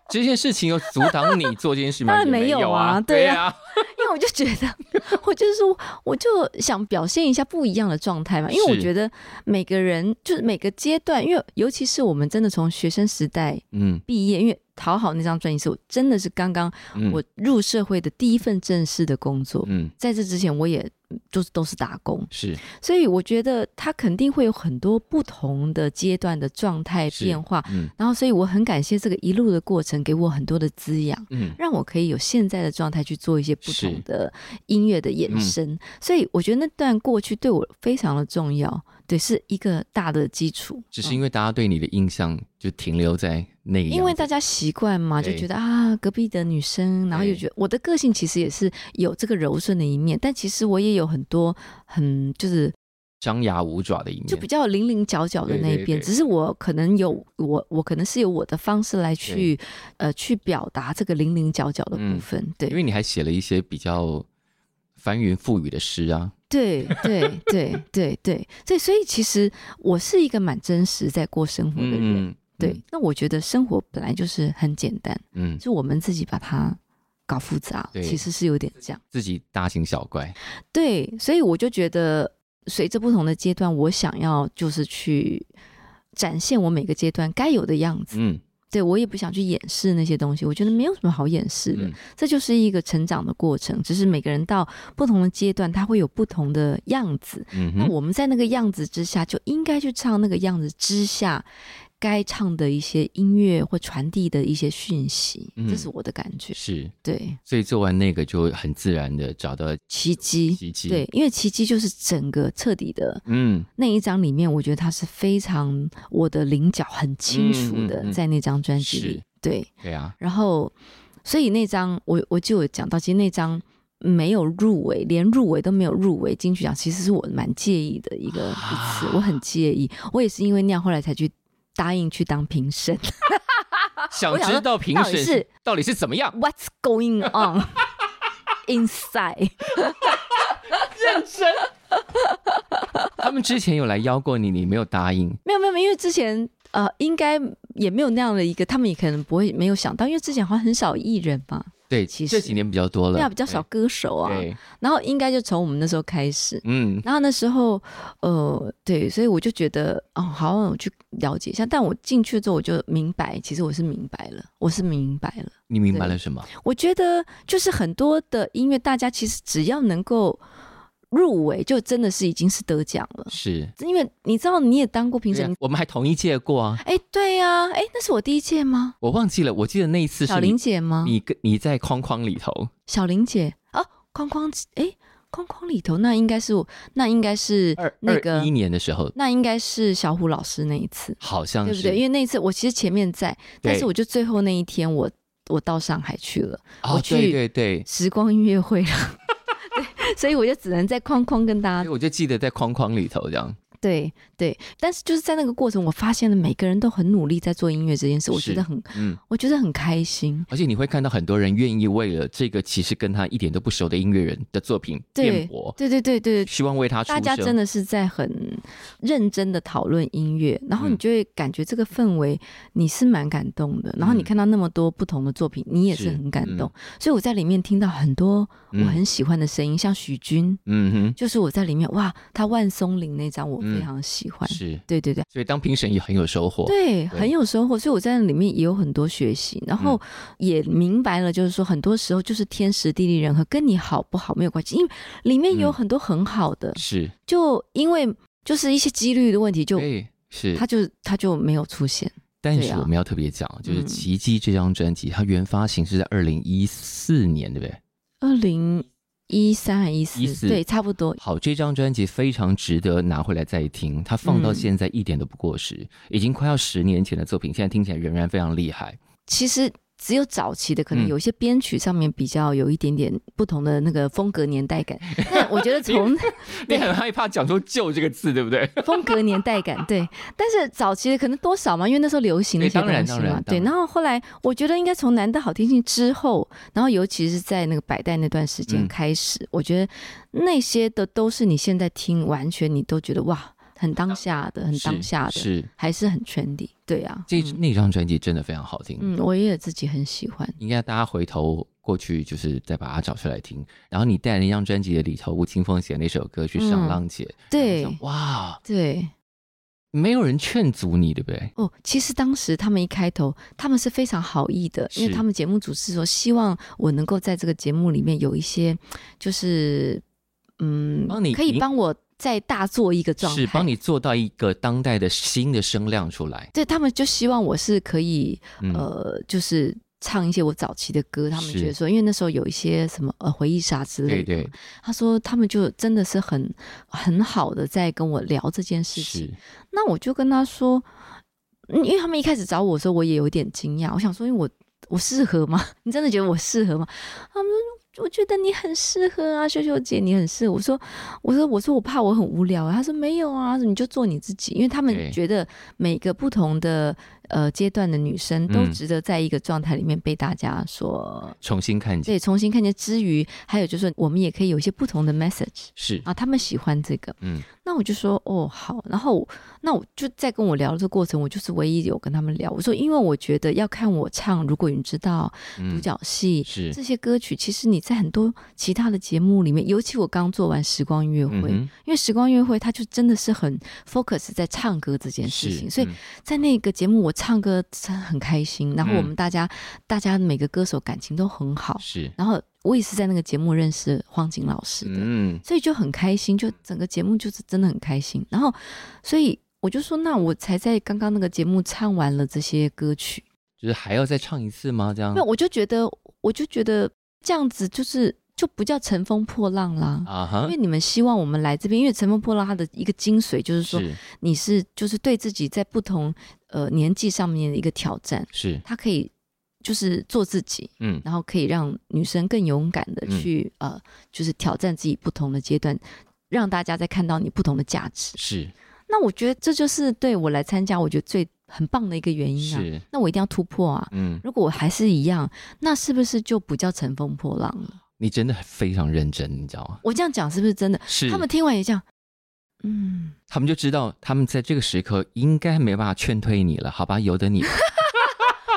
[SPEAKER 1] 这件事情有阻挡你做这件事吗？
[SPEAKER 2] 当然
[SPEAKER 1] 也
[SPEAKER 2] 没
[SPEAKER 1] 没
[SPEAKER 2] 有啊
[SPEAKER 1] 啊，
[SPEAKER 2] 对啊
[SPEAKER 1] 啊，
[SPEAKER 2] 因为我就觉得， 我就是说我就想表现一下不一样的状态嘛，因为我
[SPEAKER 1] 是
[SPEAKER 2] 觉得每个人就是每个阶段，因为尤其是我们真的从学生时代
[SPEAKER 1] 嗯
[SPEAKER 2] 毕业，因为讨好那张专辑是我真的是刚刚
[SPEAKER 1] 嗯，
[SPEAKER 2] 我入社会的第一份正式的工作，
[SPEAKER 1] 嗯
[SPEAKER 2] 在这之前我也就是都是打工。
[SPEAKER 1] 是
[SPEAKER 2] 所以我觉得他肯定会有很多不同的阶段的状态
[SPEAKER 1] 是
[SPEAKER 2] 变化，
[SPEAKER 1] 嗯
[SPEAKER 2] 然后所以我很感谢这个一路的过程给我很多的滋养。
[SPEAKER 1] 嗯
[SPEAKER 2] 让我可以有现在的状态去做一些不同
[SPEAKER 1] 是嗯
[SPEAKER 2] 的音乐的延伸，所以我觉得那段过去对我非常的重要，对，是一个大的基础。啊
[SPEAKER 1] 只是因为大家对你的印象就停留在那个样子，
[SPEAKER 2] 因为大家习惯嘛，就
[SPEAKER 1] 对
[SPEAKER 2] 觉得啊，隔壁的女生，然后又
[SPEAKER 1] 对
[SPEAKER 2] 觉得我的个性其实也是有这个柔顺的一面，但其实我也有很多很就是
[SPEAKER 1] 张牙舞爪的一面，
[SPEAKER 2] 就比较零零角角的
[SPEAKER 1] 对
[SPEAKER 2] 那一
[SPEAKER 1] 对
[SPEAKER 2] 边，
[SPEAKER 1] 对
[SPEAKER 2] 只是我可能有我我可能是有我的方式来去呃去表达这个零零角角的部
[SPEAKER 1] 嗯
[SPEAKER 2] 分，对
[SPEAKER 1] 因为你还写了一些比较翻云覆雨的诗啊，
[SPEAKER 2] 对对对对对对，所以其实我是一个蛮真实在过生活的人，
[SPEAKER 1] 嗯，
[SPEAKER 2] 对，那我觉得生活本来就是很简单，
[SPEAKER 1] 嗯，嗯，
[SPEAKER 2] 就我们自己把它搞复杂，
[SPEAKER 1] 对
[SPEAKER 2] 其实是有点这样。
[SPEAKER 1] 自己大惊小怪，
[SPEAKER 2] 对，所以我就觉得，随着不同的阶段，我想要就是去展现我每个阶段该有的样子。
[SPEAKER 1] 嗯
[SPEAKER 2] 对我也不想去掩饰那些东西，我觉得没有什么好掩饰的。
[SPEAKER 1] 嗯
[SPEAKER 2] 这就是一个成长的过程，只是每个人到不同的阶段，他会有不同的样子。
[SPEAKER 1] 嗯
[SPEAKER 2] 那
[SPEAKER 1] 哼，
[SPEAKER 2] 我们在那个样子之下，就应该去唱那个样子之下该唱的一些音乐或传递的一些讯息，
[SPEAKER 1] 嗯
[SPEAKER 2] 这是我的感觉。
[SPEAKER 1] 是，
[SPEAKER 2] 对，
[SPEAKER 1] 所以做完那个就很自然的找到
[SPEAKER 2] 奇迹，
[SPEAKER 1] 奇迹，
[SPEAKER 2] 对，，因为奇迹就是整个彻底的
[SPEAKER 1] 嗯，
[SPEAKER 2] 那一张里面，我觉得它是非常我的棱角很清楚的，
[SPEAKER 1] 嗯嗯嗯
[SPEAKER 2] 在那张专辑里
[SPEAKER 1] 是。
[SPEAKER 2] 对，
[SPEAKER 1] 对啊，
[SPEAKER 2] 然后所以那张我我就有讲到，其实那张没有入围，连入围都没有入围金曲奖，其实是我蛮介意的一个一次，我很介意，我也是因为那样，后来才去答应去当评审。
[SPEAKER 1] 想
[SPEAKER 2] 啊我想
[SPEAKER 1] 知
[SPEAKER 2] 说
[SPEAKER 1] 道评
[SPEAKER 2] 到底
[SPEAKER 1] 审
[SPEAKER 2] 是
[SPEAKER 1] 到底是怎么样，
[SPEAKER 2] What's going on inside？
[SPEAKER 1] 他们之前有来邀过你，你没有答应，
[SPEAKER 2] 没有没有，没有因为之前呃，应该也没有那样的一个，他们也可能不会没有想到，因为之前好像很少艺人嘛，
[SPEAKER 1] 对，
[SPEAKER 2] 其
[SPEAKER 1] 这
[SPEAKER 2] 实
[SPEAKER 1] 几年比较多了，
[SPEAKER 2] 对啊，比较少歌手啊，
[SPEAKER 1] 对，
[SPEAKER 2] 然后应该就从我们那时候开始。
[SPEAKER 1] 嗯，
[SPEAKER 2] 然后那时候，呃，对，所以我就觉得，哦，好，我去了解一下。但我进去之后，我就明白，其实我是明白了，我是明白了。
[SPEAKER 1] 你明
[SPEAKER 2] 对
[SPEAKER 1] 白了什么？
[SPEAKER 2] 我觉得就是很多的音乐，大家其实只要能够入围，就真的是已经是得奖了。
[SPEAKER 1] 是，
[SPEAKER 2] 因为你知道，你也当过评
[SPEAKER 1] 对啊
[SPEAKER 2] 审，你
[SPEAKER 1] 我们还同一届过啊，
[SPEAKER 2] 哎，对呀、哎，那是我第一届吗？
[SPEAKER 1] 我忘记了，我记得那一次
[SPEAKER 2] 小
[SPEAKER 1] 是
[SPEAKER 2] 玲
[SPEAKER 1] 你
[SPEAKER 2] 姐吗？
[SPEAKER 1] 你跟你在框框里头，
[SPEAKER 2] 小玲姐哦，框框诶，框框里头那应该是我，那应该是
[SPEAKER 1] 二
[SPEAKER 2] 那个
[SPEAKER 1] 一，年的时候，
[SPEAKER 2] 那应该是小虎老师那一次，
[SPEAKER 1] 好像
[SPEAKER 2] 对不
[SPEAKER 1] 是
[SPEAKER 2] 对？因为那一次我其实前面在，但是我就最后那一天我我到上海去了，
[SPEAKER 1] 哦，
[SPEAKER 2] 我
[SPEAKER 1] 对
[SPEAKER 2] 去
[SPEAKER 1] 对对，
[SPEAKER 2] 时光音乐会了。对，所以我就只能在框框跟大
[SPEAKER 1] 所以
[SPEAKER 2] 家
[SPEAKER 1] 我就记得在框框里头这样。
[SPEAKER 2] 对对，但是就是在那个过程，我发现了每个人都很努力在做音乐这件事，我
[SPEAKER 1] 是
[SPEAKER 2] 觉得很
[SPEAKER 1] 嗯，
[SPEAKER 2] 我觉得很开心。
[SPEAKER 1] 而且你会看到很多人愿意为了这个其实跟他一点都不熟的音乐人的作品辩
[SPEAKER 2] 对
[SPEAKER 1] 驳，
[SPEAKER 2] 对对对对，
[SPEAKER 1] 希望为他出
[SPEAKER 2] 大家真
[SPEAKER 1] 声。
[SPEAKER 2] 的是在很认真的讨论音乐，然后你
[SPEAKER 1] 嗯
[SPEAKER 2] 就会感觉这个氛围你是蛮感动的。然后你
[SPEAKER 1] 嗯
[SPEAKER 2] 看到那么多不同的作品，你也
[SPEAKER 1] 是
[SPEAKER 2] 是很感
[SPEAKER 1] 嗯
[SPEAKER 2] 动。所以我在里面听到很多我
[SPEAKER 1] 嗯
[SPEAKER 2] 很喜欢的声音，像许君，
[SPEAKER 1] 嗯
[SPEAKER 2] 就是我在里面哇，他万松林那张我
[SPEAKER 1] 嗯
[SPEAKER 2] 非常喜欢
[SPEAKER 1] 哼，。是，
[SPEAKER 2] 对对对，
[SPEAKER 1] 所以当评审也很有收获。
[SPEAKER 2] 对，
[SPEAKER 1] 对嗯
[SPEAKER 2] 很有收获，所以我在里面也有很多学习，然后也明白了，就是说很多时候就是天时地利人和，跟你好不好没有关系，因为里面有
[SPEAKER 1] 嗯
[SPEAKER 2] 很多很好的，
[SPEAKER 1] 是，
[SPEAKER 2] 就因为就是一些几率的问题，就
[SPEAKER 1] 对，是
[SPEAKER 2] 他。就他就没有出现。
[SPEAKER 1] 但
[SPEAKER 2] 对
[SPEAKER 1] 是
[SPEAKER 2] 啊
[SPEAKER 1] 我们要特别讲，就是《
[SPEAKER 2] 嗯
[SPEAKER 1] 奇迹》这张专辑，它原发行是在二零一四年，对不对？
[SPEAKER 2] 二零一三还一
[SPEAKER 1] 14
[SPEAKER 2] 四，对，差不多。
[SPEAKER 1] 好，这张专辑非常值得拿回来再听，它放到
[SPEAKER 2] 嗯
[SPEAKER 1] 现在一点都不过时，已经快要十年前的作品，现在听起来仍然非常厉害。
[SPEAKER 2] 其实只有早期的，可
[SPEAKER 1] 嗯
[SPEAKER 2] 能有一些编曲上面比较有一点点不同的那个风格年代感。但我觉得从
[SPEAKER 1] 你
[SPEAKER 2] 对
[SPEAKER 1] 很害怕讲出“旧”这个字，对不对？
[SPEAKER 2] 风格年代感，对。但是早期的可能多少嘛，因为那时候流行那些
[SPEAKER 1] 对当
[SPEAKER 2] 东
[SPEAKER 1] 然
[SPEAKER 2] 西
[SPEAKER 1] 当
[SPEAKER 2] 嘛
[SPEAKER 1] 然，
[SPEAKER 2] 对。
[SPEAKER 1] 当然
[SPEAKER 2] 然后后来我觉得应该从《难得好听性》之后，然后尤其是在那个百代那段时间
[SPEAKER 1] 嗯
[SPEAKER 2] 开始，我觉得那些的都是你现在听，完全你都觉得哇，很当下的，很当下的，
[SPEAKER 1] 是是
[SPEAKER 2] 还是很trendy，对啊。
[SPEAKER 1] 这
[SPEAKER 2] 嗯
[SPEAKER 1] 那张专辑真的非常好听，
[SPEAKER 2] 嗯，我也自己很喜欢。
[SPEAKER 1] 应该大家回头过去就是再把它找出来听。然后你带那张专辑的里头，吴青峰写那首歌去上
[SPEAKER 2] 嗯
[SPEAKER 1] 浪姐，
[SPEAKER 2] 对
[SPEAKER 1] 然后想哇，
[SPEAKER 2] 对
[SPEAKER 1] 没有人劝阻你，对不对？
[SPEAKER 2] 哦，其实当时他们一开头，他们是非常好意的，因
[SPEAKER 1] 是
[SPEAKER 2] 为他们节目组是说希望我能够在这个节目里面有一些，就是嗯
[SPEAKER 1] 帮你，
[SPEAKER 2] 可以
[SPEAKER 1] 赢
[SPEAKER 2] 帮我再大做一个状态，
[SPEAKER 1] 是帮你做到一个当代的新的声量出来。
[SPEAKER 2] 对他们就希望我是可以、
[SPEAKER 1] 嗯，
[SPEAKER 2] 呃，就是唱一些我早期的歌，他们
[SPEAKER 1] 是
[SPEAKER 2] 觉得说，因为那时候有一些什么呃回忆杀之
[SPEAKER 1] 对
[SPEAKER 2] 类的，
[SPEAKER 1] 对
[SPEAKER 2] 他说他们就真的是很很好的在跟我聊这件事情
[SPEAKER 1] 是，，
[SPEAKER 2] 那我就跟他说，嗯因为他们一开始找我的时候，我也有点惊讶，我想说，因为我我适合吗？ 你真的觉得我适合吗？他们说，我觉得你很适合啊，秀秀姐，你很适合。我说，我说，我说，我怕我很无聊、啊。他说没有啊，你就做你自己，因为他
[SPEAKER 1] 对
[SPEAKER 2] 们觉得每个不同的呃阶段的女生都
[SPEAKER 1] 嗯
[SPEAKER 2] 值得在一个状态里面被大家所。
[SPEAKER 1] 重新看见
[SPEAKER 2] 对，重新看见之余，还有就是我们也可以有一些不同的 message
[SPEAKER 1] 是，
[SPEAKER 2] 啊，他们喜欢这个，
[SPEAKER 1] 嗯，
[SPEAKER 2] 那我就说哦好，然后我那我就在跟我聊的这个过程，我就是唯一有跟他们聊，我说因为我觉得要看我唱《如果你知道》
[SPEAKER 1] 嗯
[SPEAKER 2] 独角戏、
[SPEAKER 1] 是
[SPEAKER 2] 这些歌曲，其实你在很多其他的节目里面，尤其我刚做完时光音乐
[SPEAKER 1] 嗯
[SPEAKER 2] 会，
[SPEAKER 1] 哼
[SPEAKER 2] 因为时光音乐会它就真的是很 focus 在唱歌这件事情，
[SPEAKER 1] 是
[SPEAKER 2] 所以
[SPEAKER 1] 嗯
[SPEAKER 2] 在那个节目我唱歌真的很开心，然后我
[SPEAKER 1] 嗯
[SPEAKER 2] 们大家、大家每个歌手感情都很好，
[SPEAKER 1] 是，
[SPEAKER 2] 然后我哦也是在那个节目认识荒井老师的，
[SPEAKER 1] 嗯，
[SPEAKER 2] 所以就很开心，就整个节目就是真的很开心。然后，所以我就说，那我才在刚刚那个节目唱完了这些歌曲，
[SPEAKER 1] 就是还要再唱一次吗？这样
[SPEAKER 2] 那、我就觉得，我就觉得这样子就是就不叫乘风破浪啦。
[SPEAKER 1] 啊哈
[SPEAKER 2] 因为，你们希望我们来这边，因为《乘风破浪》它的一个精髓就是说，
[SPEAKER 1] 是
[SPEAKER 2] 你是就是对自己在不同呃年纪上面的一个挑战，
[SPEAKER 1] 是，
[SPEAKER 2] 它可以就是做自己，
[SPEAKER 1] 嗯
[SPEAKER 2] 然后可以让女生更勇敢的
[SPEAKER 1] 嗯
[SPEAKER 2] 去、呃，就是挑战自己不同的阶段，让大家再看到你不同的价值。
[SPEAKER 1] 是
[SPEAKER 2] 那我觉得这就是对我来参加，我觉得最很棒的一个原因啊。
[SPEAKER 1] 是，
[SPEAKER 2] 那我一定要突破啊！
[SPEAKER 1] 嗯，
[SPEAKER 2] 如果我还是一样，那是不是就不叫乘风破浪了？
[SPEAKER 1] 你真的非常认真，你知道吗？
[SPEAKER 2] 我这样讲是不是真的？
[SPEAKER 1] 是
[SPEAKER 2] 他们听完也这样，嗯，
[SPEAKER 1] 他们就知道，他们在这个时刻应该没办法劝退你了，好吧？由得 你吧。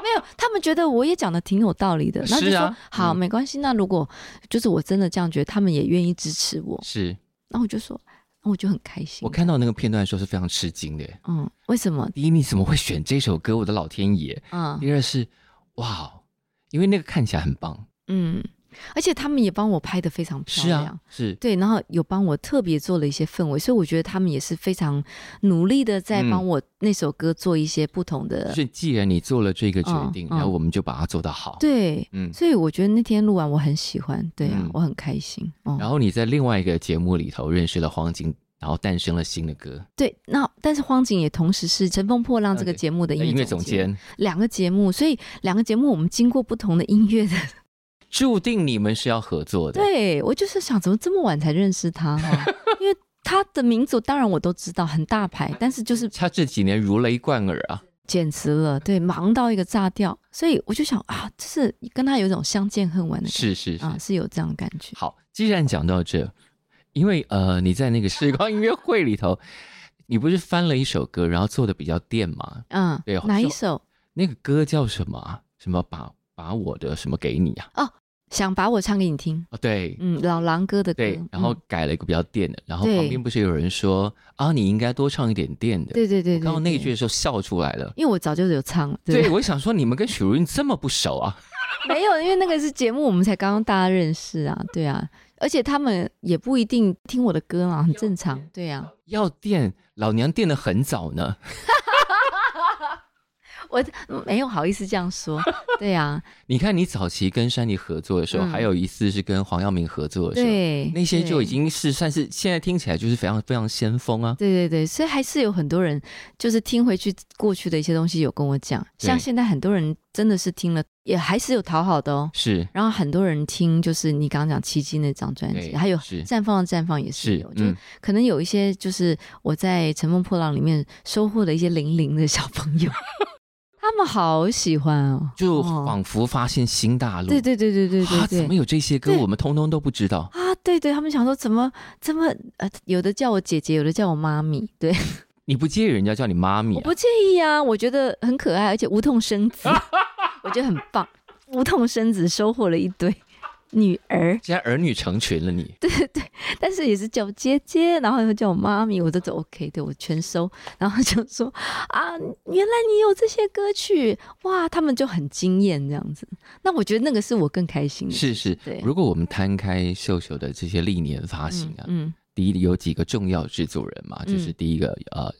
[SPEAKER 2] 没有，他们觉得我也讲的挺有道理的，然后就是说、
[SPEAKER 1] 啊
[SPEAKER 2] 好，
[SPEAKER 1] 嗯
[SPEAKER 2] 没关系。那如果就是我真的这样觉得，他们也愿意支持我，
[SPEAKER 1] 是
[SPEAKER 2] 那我就说，那我就很开心。
[SPEAKER 1] 我看到那个片段的时候是非常吃惊的。
[SPEAKER 2] 嗯，为什么？
[SPEAKER 1] 第一，你怎么会选这首歌？我的老天爷！
[SPEAKER 2] 嗯
[SPEAKER 1] 第二是，哇，哦因为那个看起来很棒。
[SPEAKER 2] 嗯，而且他们也帮我拍的非常漂
[SPEAKER 1] 是
[SPEAKER 2] 亮。
[SPEAKER 1] 啊，是
[SPEAKER 2] 对，然后有帮我特别做了一些氛围，所以我觉得他们也是非常努力的在
[SPEAKER 1] 嗯
[SPEAKER 2] 帮我那首歌做一些不同的。
[SPEAKER 1] 就是，既然你做了这个决
[SPEAKER 2] 嗯
[SPEAKER 1] 定，
[SPEAKER 2] 嗯
[SPEAKER 1] 然后我们就把它做到好。，
[SPEAKER 2] 对，
[SPEAKER 1] 嗯。
[SPEAKER 2] 所以我觉得那天录完我很喜欢，对啊，
[SPEAKER 1] 嗯
[SPEAKER 2] 我很开心。哦
[SPEAKER 1] 然后你在另外一个节目里头认识了黄景然后诞生了新的歌，
[SPEAKER 2] 对，那但是荒井也同时是《乘风破浪》这个节目的音
[SPEAKER 1] 啊呃音乐
[SPEAKER 2] 乐
[SPEAKER 1] 总
[SPEAKER 2] 总
[SPEAKER 1] 监，
[SPEAKER 2] 两个节目，所以两个节目我们经过不同的音 乐的，
[SPEAKER 1] 注定你们是要合作的。
[SPEAKER 2] 对我就是想怎么这么晚才认识他哈、 因为他的名字当然我都知道，很大牌，但是就是
[SPEAKER 1] 他这几年如雷贯耳啊，
[SPEAKER 2] 简直了，对，忙到一个炸掉，所以我就想啊，就是跟他有一种相见恨晚的感觉
[SPEAKER 1] 是是是。
[SPEAKER 2] 啊，是有这样的感觉，
[SPEAKER 1] 好，既然讲到这，因为呃，你在那 个时光音乐会里头，你不是翻了一首歌，然后做的比较电吗？
[SPEAKER 2] 嗯，
[SPEAKER 1] 对
[SPEAKER 2] 哪一
[SPEAKER 1] 就
[SPEAKER 2] 首？
[SPEAKER 1] 那个歌叫什么啊？什么把把我的什么给你啊？
[SPEAKER 2] 想把我唱给你听，
[SPEAKER 1] 哦，对。
[SPEAKER 2] 嗯，老狼哥的歌，
[SPEAKER 1] 对，然后
[SPEAKER 2] 嗯
[SPEAKER 1] 改了一个比较电的，然后
[SPEAKER 2] 对
[SPEAKER 1] 旁边不是有人说啊，你应该多唱一点电的。
[SPEAKER 2] 对对对对，
[SPEAKER 1] 看到那一句
[SPEAKER 2] 对，
[SPEAKER 1] 的时候笑出来了。
[SPEAKER 2] 因为我早就有唱了，
[SPEAKER 1] 对，我想说你们跟许茹芸这么不熟啊？
[SPEAKER 2] 没有，因为那个是节目，我们才刚刚大家认识啊，对啊，而且他们也不一定听我的歌嘛，很正常，对啊。
[SPEAKER 1] 要电，老娘电的很早呢。
[SPEAKER 2] 我嗯没有好意思这样说，对啊，
[SPEAKER 1] 你看你早期跟山妮合作的时候，
[SPEAKER 2] 嗯
[SPEAKER 1] 还有一次是跟黄耀明合作的时候，
[SPEAKER 2] 对，
[SPEAKER 1] 那些就已
[SPEAKER 2] 对。
[SPEAKER 1] 经是算是现在听起来就是非常非常先锋啊。
[SPEAKER 2] 对对对，所以还是有很多人就是听回去过去的一些东西，有跟我讲，
[SPEAKER 1] 对
[SPEAKER 2] 像现在很多人真的是听了，也还是有讨好的哦。
[SPEAKER 1] 是
[SPEAKER 2] 然后很多人听，就是你刚刚讲《奇迹》那张专辑，
[SPEAKER 1] 对
[SPEAKER 2] 还有
[SPEAKER 1] 哎是
[SPEAKER 2] 《绽放的绽放》也是
[SPEAKER 1] 是
[SPEAKER 2] 有，，就
[SPEAKER 1] 嗯，
[SPEAKER 2] 可能有一些就是我在《乘风破浪》里面收获的一些零零的小朋友， 他们好喜欢哦，
[SPEAKER 1] 就
[SPEAKER 2] 哦
[SPEAKER 1] 仿佛发现新大陆。
[SPEAKER 2] 对对对对对
[SPEAKER 1] 啊，
[SPEAKER 2] 对
[SPEAKER 1] 怎么
[SPEAKER 2] 对。
[SPEAKER 1] 有这些歌，
[SPEAKER 2] 对
[SPEAKER 1] 我们通通都不知道。
[SPEAKER 2] 啊，对对，他们想说怎么怎么呃，有的叫我姐姐，有的叫我妈咪，对，
[SPEAKER 1] 你不介意人家叫你妈咪
[SPEAKER 2] 我
[SPEAKER 1] 啊？
[SPEAKER 2] 不介意啊，我觉得很可爱，而且无痛生 子，我觉得很棒，无痛生子收获了一堆女儿，
[SPEAKER 1] 现在儿女成群了你，
[SPEAKER 2] 但是也是叫我姐姐，然后又叫我妈咪，我都都 OK，对我全收。然后就说啊，原来你有这些歌曲，哇，他们就很惊艳这样子。那我觉得那个是我更开心的，
[SPEAKER 1] 是是
[SPEAKER 2] 对。
[SPEAKER 1] 如果我们摊开秀秀的这些历年发行啊，
[SPEAKER 2] 嗯，嗯，
[SPEAKER 1] 第一有几个重要制作人嘛，就是
[SPEAKER 2] 嗯
[SPEAKER 1] 第一个呃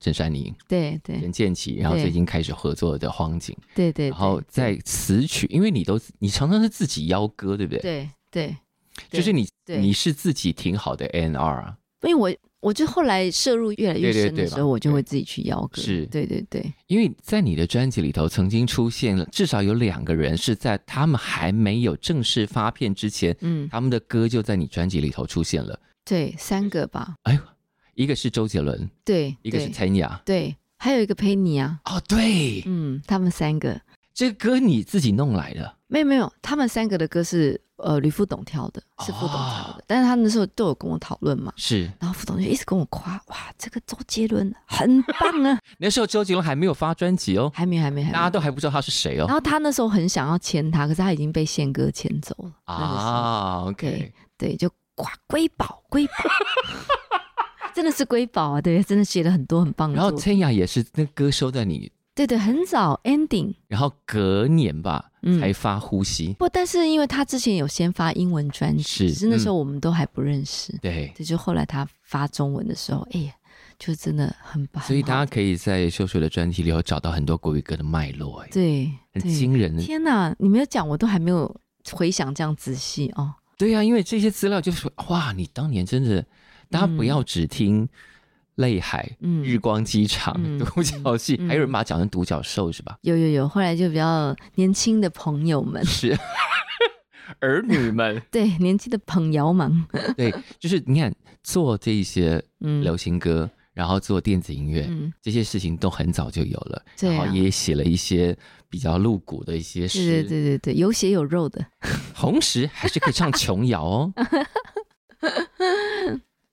[SPEAKER 1] 郑珊妮、
[SPEAKER 2] 对对
[SPEAKER 1] 任建奇，然后
[SPEAKER 2] 对
[SPEAKER 1] 最近开始合作的荒井，
[SPEAKER 2] 对对，
[SPEAKER 1] 然后在词曲，因为你都你常常是自己邀歌，对不对？
[SPEAKER 2] 对对，对
[SPEAKER 1] 就是你
[SPEAKER 2] 对
[SPEAKER 1] 你是自己挺好的 N R 啊，
[SPEAKER 2] 因为我我就后来摄入越来
[SPEAKER 1] 对
[SPEAKER 2] 越
[SPEAKER 1] 对
[SPEAKER 2] 深的
[SPEAKER 1] 对
[SPEAKER 2] 时
[SPEAKER 1] 嘛
[SPEAKER 2] 候，我就
[SPEAKER 1] 对
[SPEAKER 2] 会自己去邀歌，
[SPEAKER 1] 是
[SPEAKER 2] 对对对
[SPEAKER 1] 因为在你的专辑里头曾经出现了至少有两个人是在他们还没有正式发片之前，
[SPEAKER 2] 嗯，
[SPEAKER 1] 他们的歌就在你专辑里头出现了。
[SPEAKER 2] 对，三个吧，
[SPEAKER 1] 哎呦，一个是周杰伦，
[SPEAKER 2] 对，
[SPEAKER 1] 一个是
[SPEAKER 2] 对
[SPEAKER 1] 陈雅。
[SPEAKER 2] 对，还有一个陪你啊，
[SPEAKER 1] 哦，对，
[SPEAKER 2] 嗯，他们三个。
[SPEAKER 1] 这个歌你自己弄来的，
[SPEAKER 2] 没有没有，他们三个的歌是呃吕副董挑的，是副董挑的，
[SPEAKER 1] 哦
[SPEAKER 2] 但是他们那时候都有跟我讨论嘛，
[SPEAKER 1] 是
[SPEAKER 2] 然后副董就一直跟我夸，哇，这个周杰伦很棒 啊，
[SPEAKER 1] 那时候周杰伦还没有发专辑哦，
[SPEAKER 2] 还没还没还
[SPEAKER 1] 大
[SPEAKER 2] 没。
[SPEAKER 1] 家都还不知道他是谁
[SPEAKER 2] 然
[SPEAKER 1] 哦。
[SPEAKER 2] 后他那时候很想要签他，可是他已经被宪哥签走了那个时候
[SPEAKER 1] 啊，OK，
[SPEAKER 2] 对，就哇瑰宝瑰宝， 真的是瑰宝啊，对，真的写了很多很棒的
[SPEAKER 1] 然后
[SPEAKER 2] 作品，
[SPEAKER 1] 陈雅也是那歌收在你，
[SPEAKER 2] 对对，很早 ending，
[SPEAKER 1] 然后隔年吧
[SPEAKER 2] 嗯
[SPEAKER 1] 才发《呼吸》，
[SPEAKER 2] 不，但是因为他之前有先发英文专辑，
[SPEAKER 1] 是
[SPEAKER 2] 只是那时
[SPEAKER 1] 嗯
[SPEAKER 2] 候我们都还不认识，
[SPEAKER 1] 对，
[SPEAKER 2] 这就后来他发中文的时候，哎呀，就真的很棒。
[SPEAKER 1] 所以大
[SPEAKER 2] 很好
[SPEAKER 1] 家可以在秀秀的专题里头找到很多国语歌的脉络，哎，
[SPEAKER 2] 对
[SPEAKER 1] 很
[SPEAKER 2] 对，
[SPEAKER 1] 惊人。
[SPEAKER 2] 天哪！你没有讲，我都还没有回想这样仔细哦。
[SPEAKER 1] 对呀、因为这些资料就是哇，你当年真的，大家不
[SPEAKER 2] 嗯
[SPEAKER 1] 要只听《泪海》
[SPEAKER 2] 嗯
[SPEAKER 1] 日光机场》
[SPEAKER 2] 嗯
[SPEAKER 1] 独角戏，
[SPEAKER 2] 嗯
[SPEAKER 1] 还有人把它讲成独角兽是吧？
[SPEAKER 2] 有有有，后来就比较年轻的朋友们，，
[SPEAKER 1] 是 儿女们
[SPEAKER 2] 对年轻的朋友们，
[SPEAKER 1] 对，就是你看做这些
[SPEAKER 2] 嗯
[SPEAKER 1] 流行歌，然后做电子音乐。
[SPEAKER 2] 嗯，
[SPEAKER 1] 这些事情都很早就有了，
[SPEAKER 2] 对啊
[SPEAKER 1] 然后也写了一些比较露骨的一些
[SPEAKER 2] 对
[SPEAKER 1] 诗，
[SPEAKER 2] 对对对对，有血有肉的，
[SPEAKER 1] 同时还是可以唱琼瑶哦，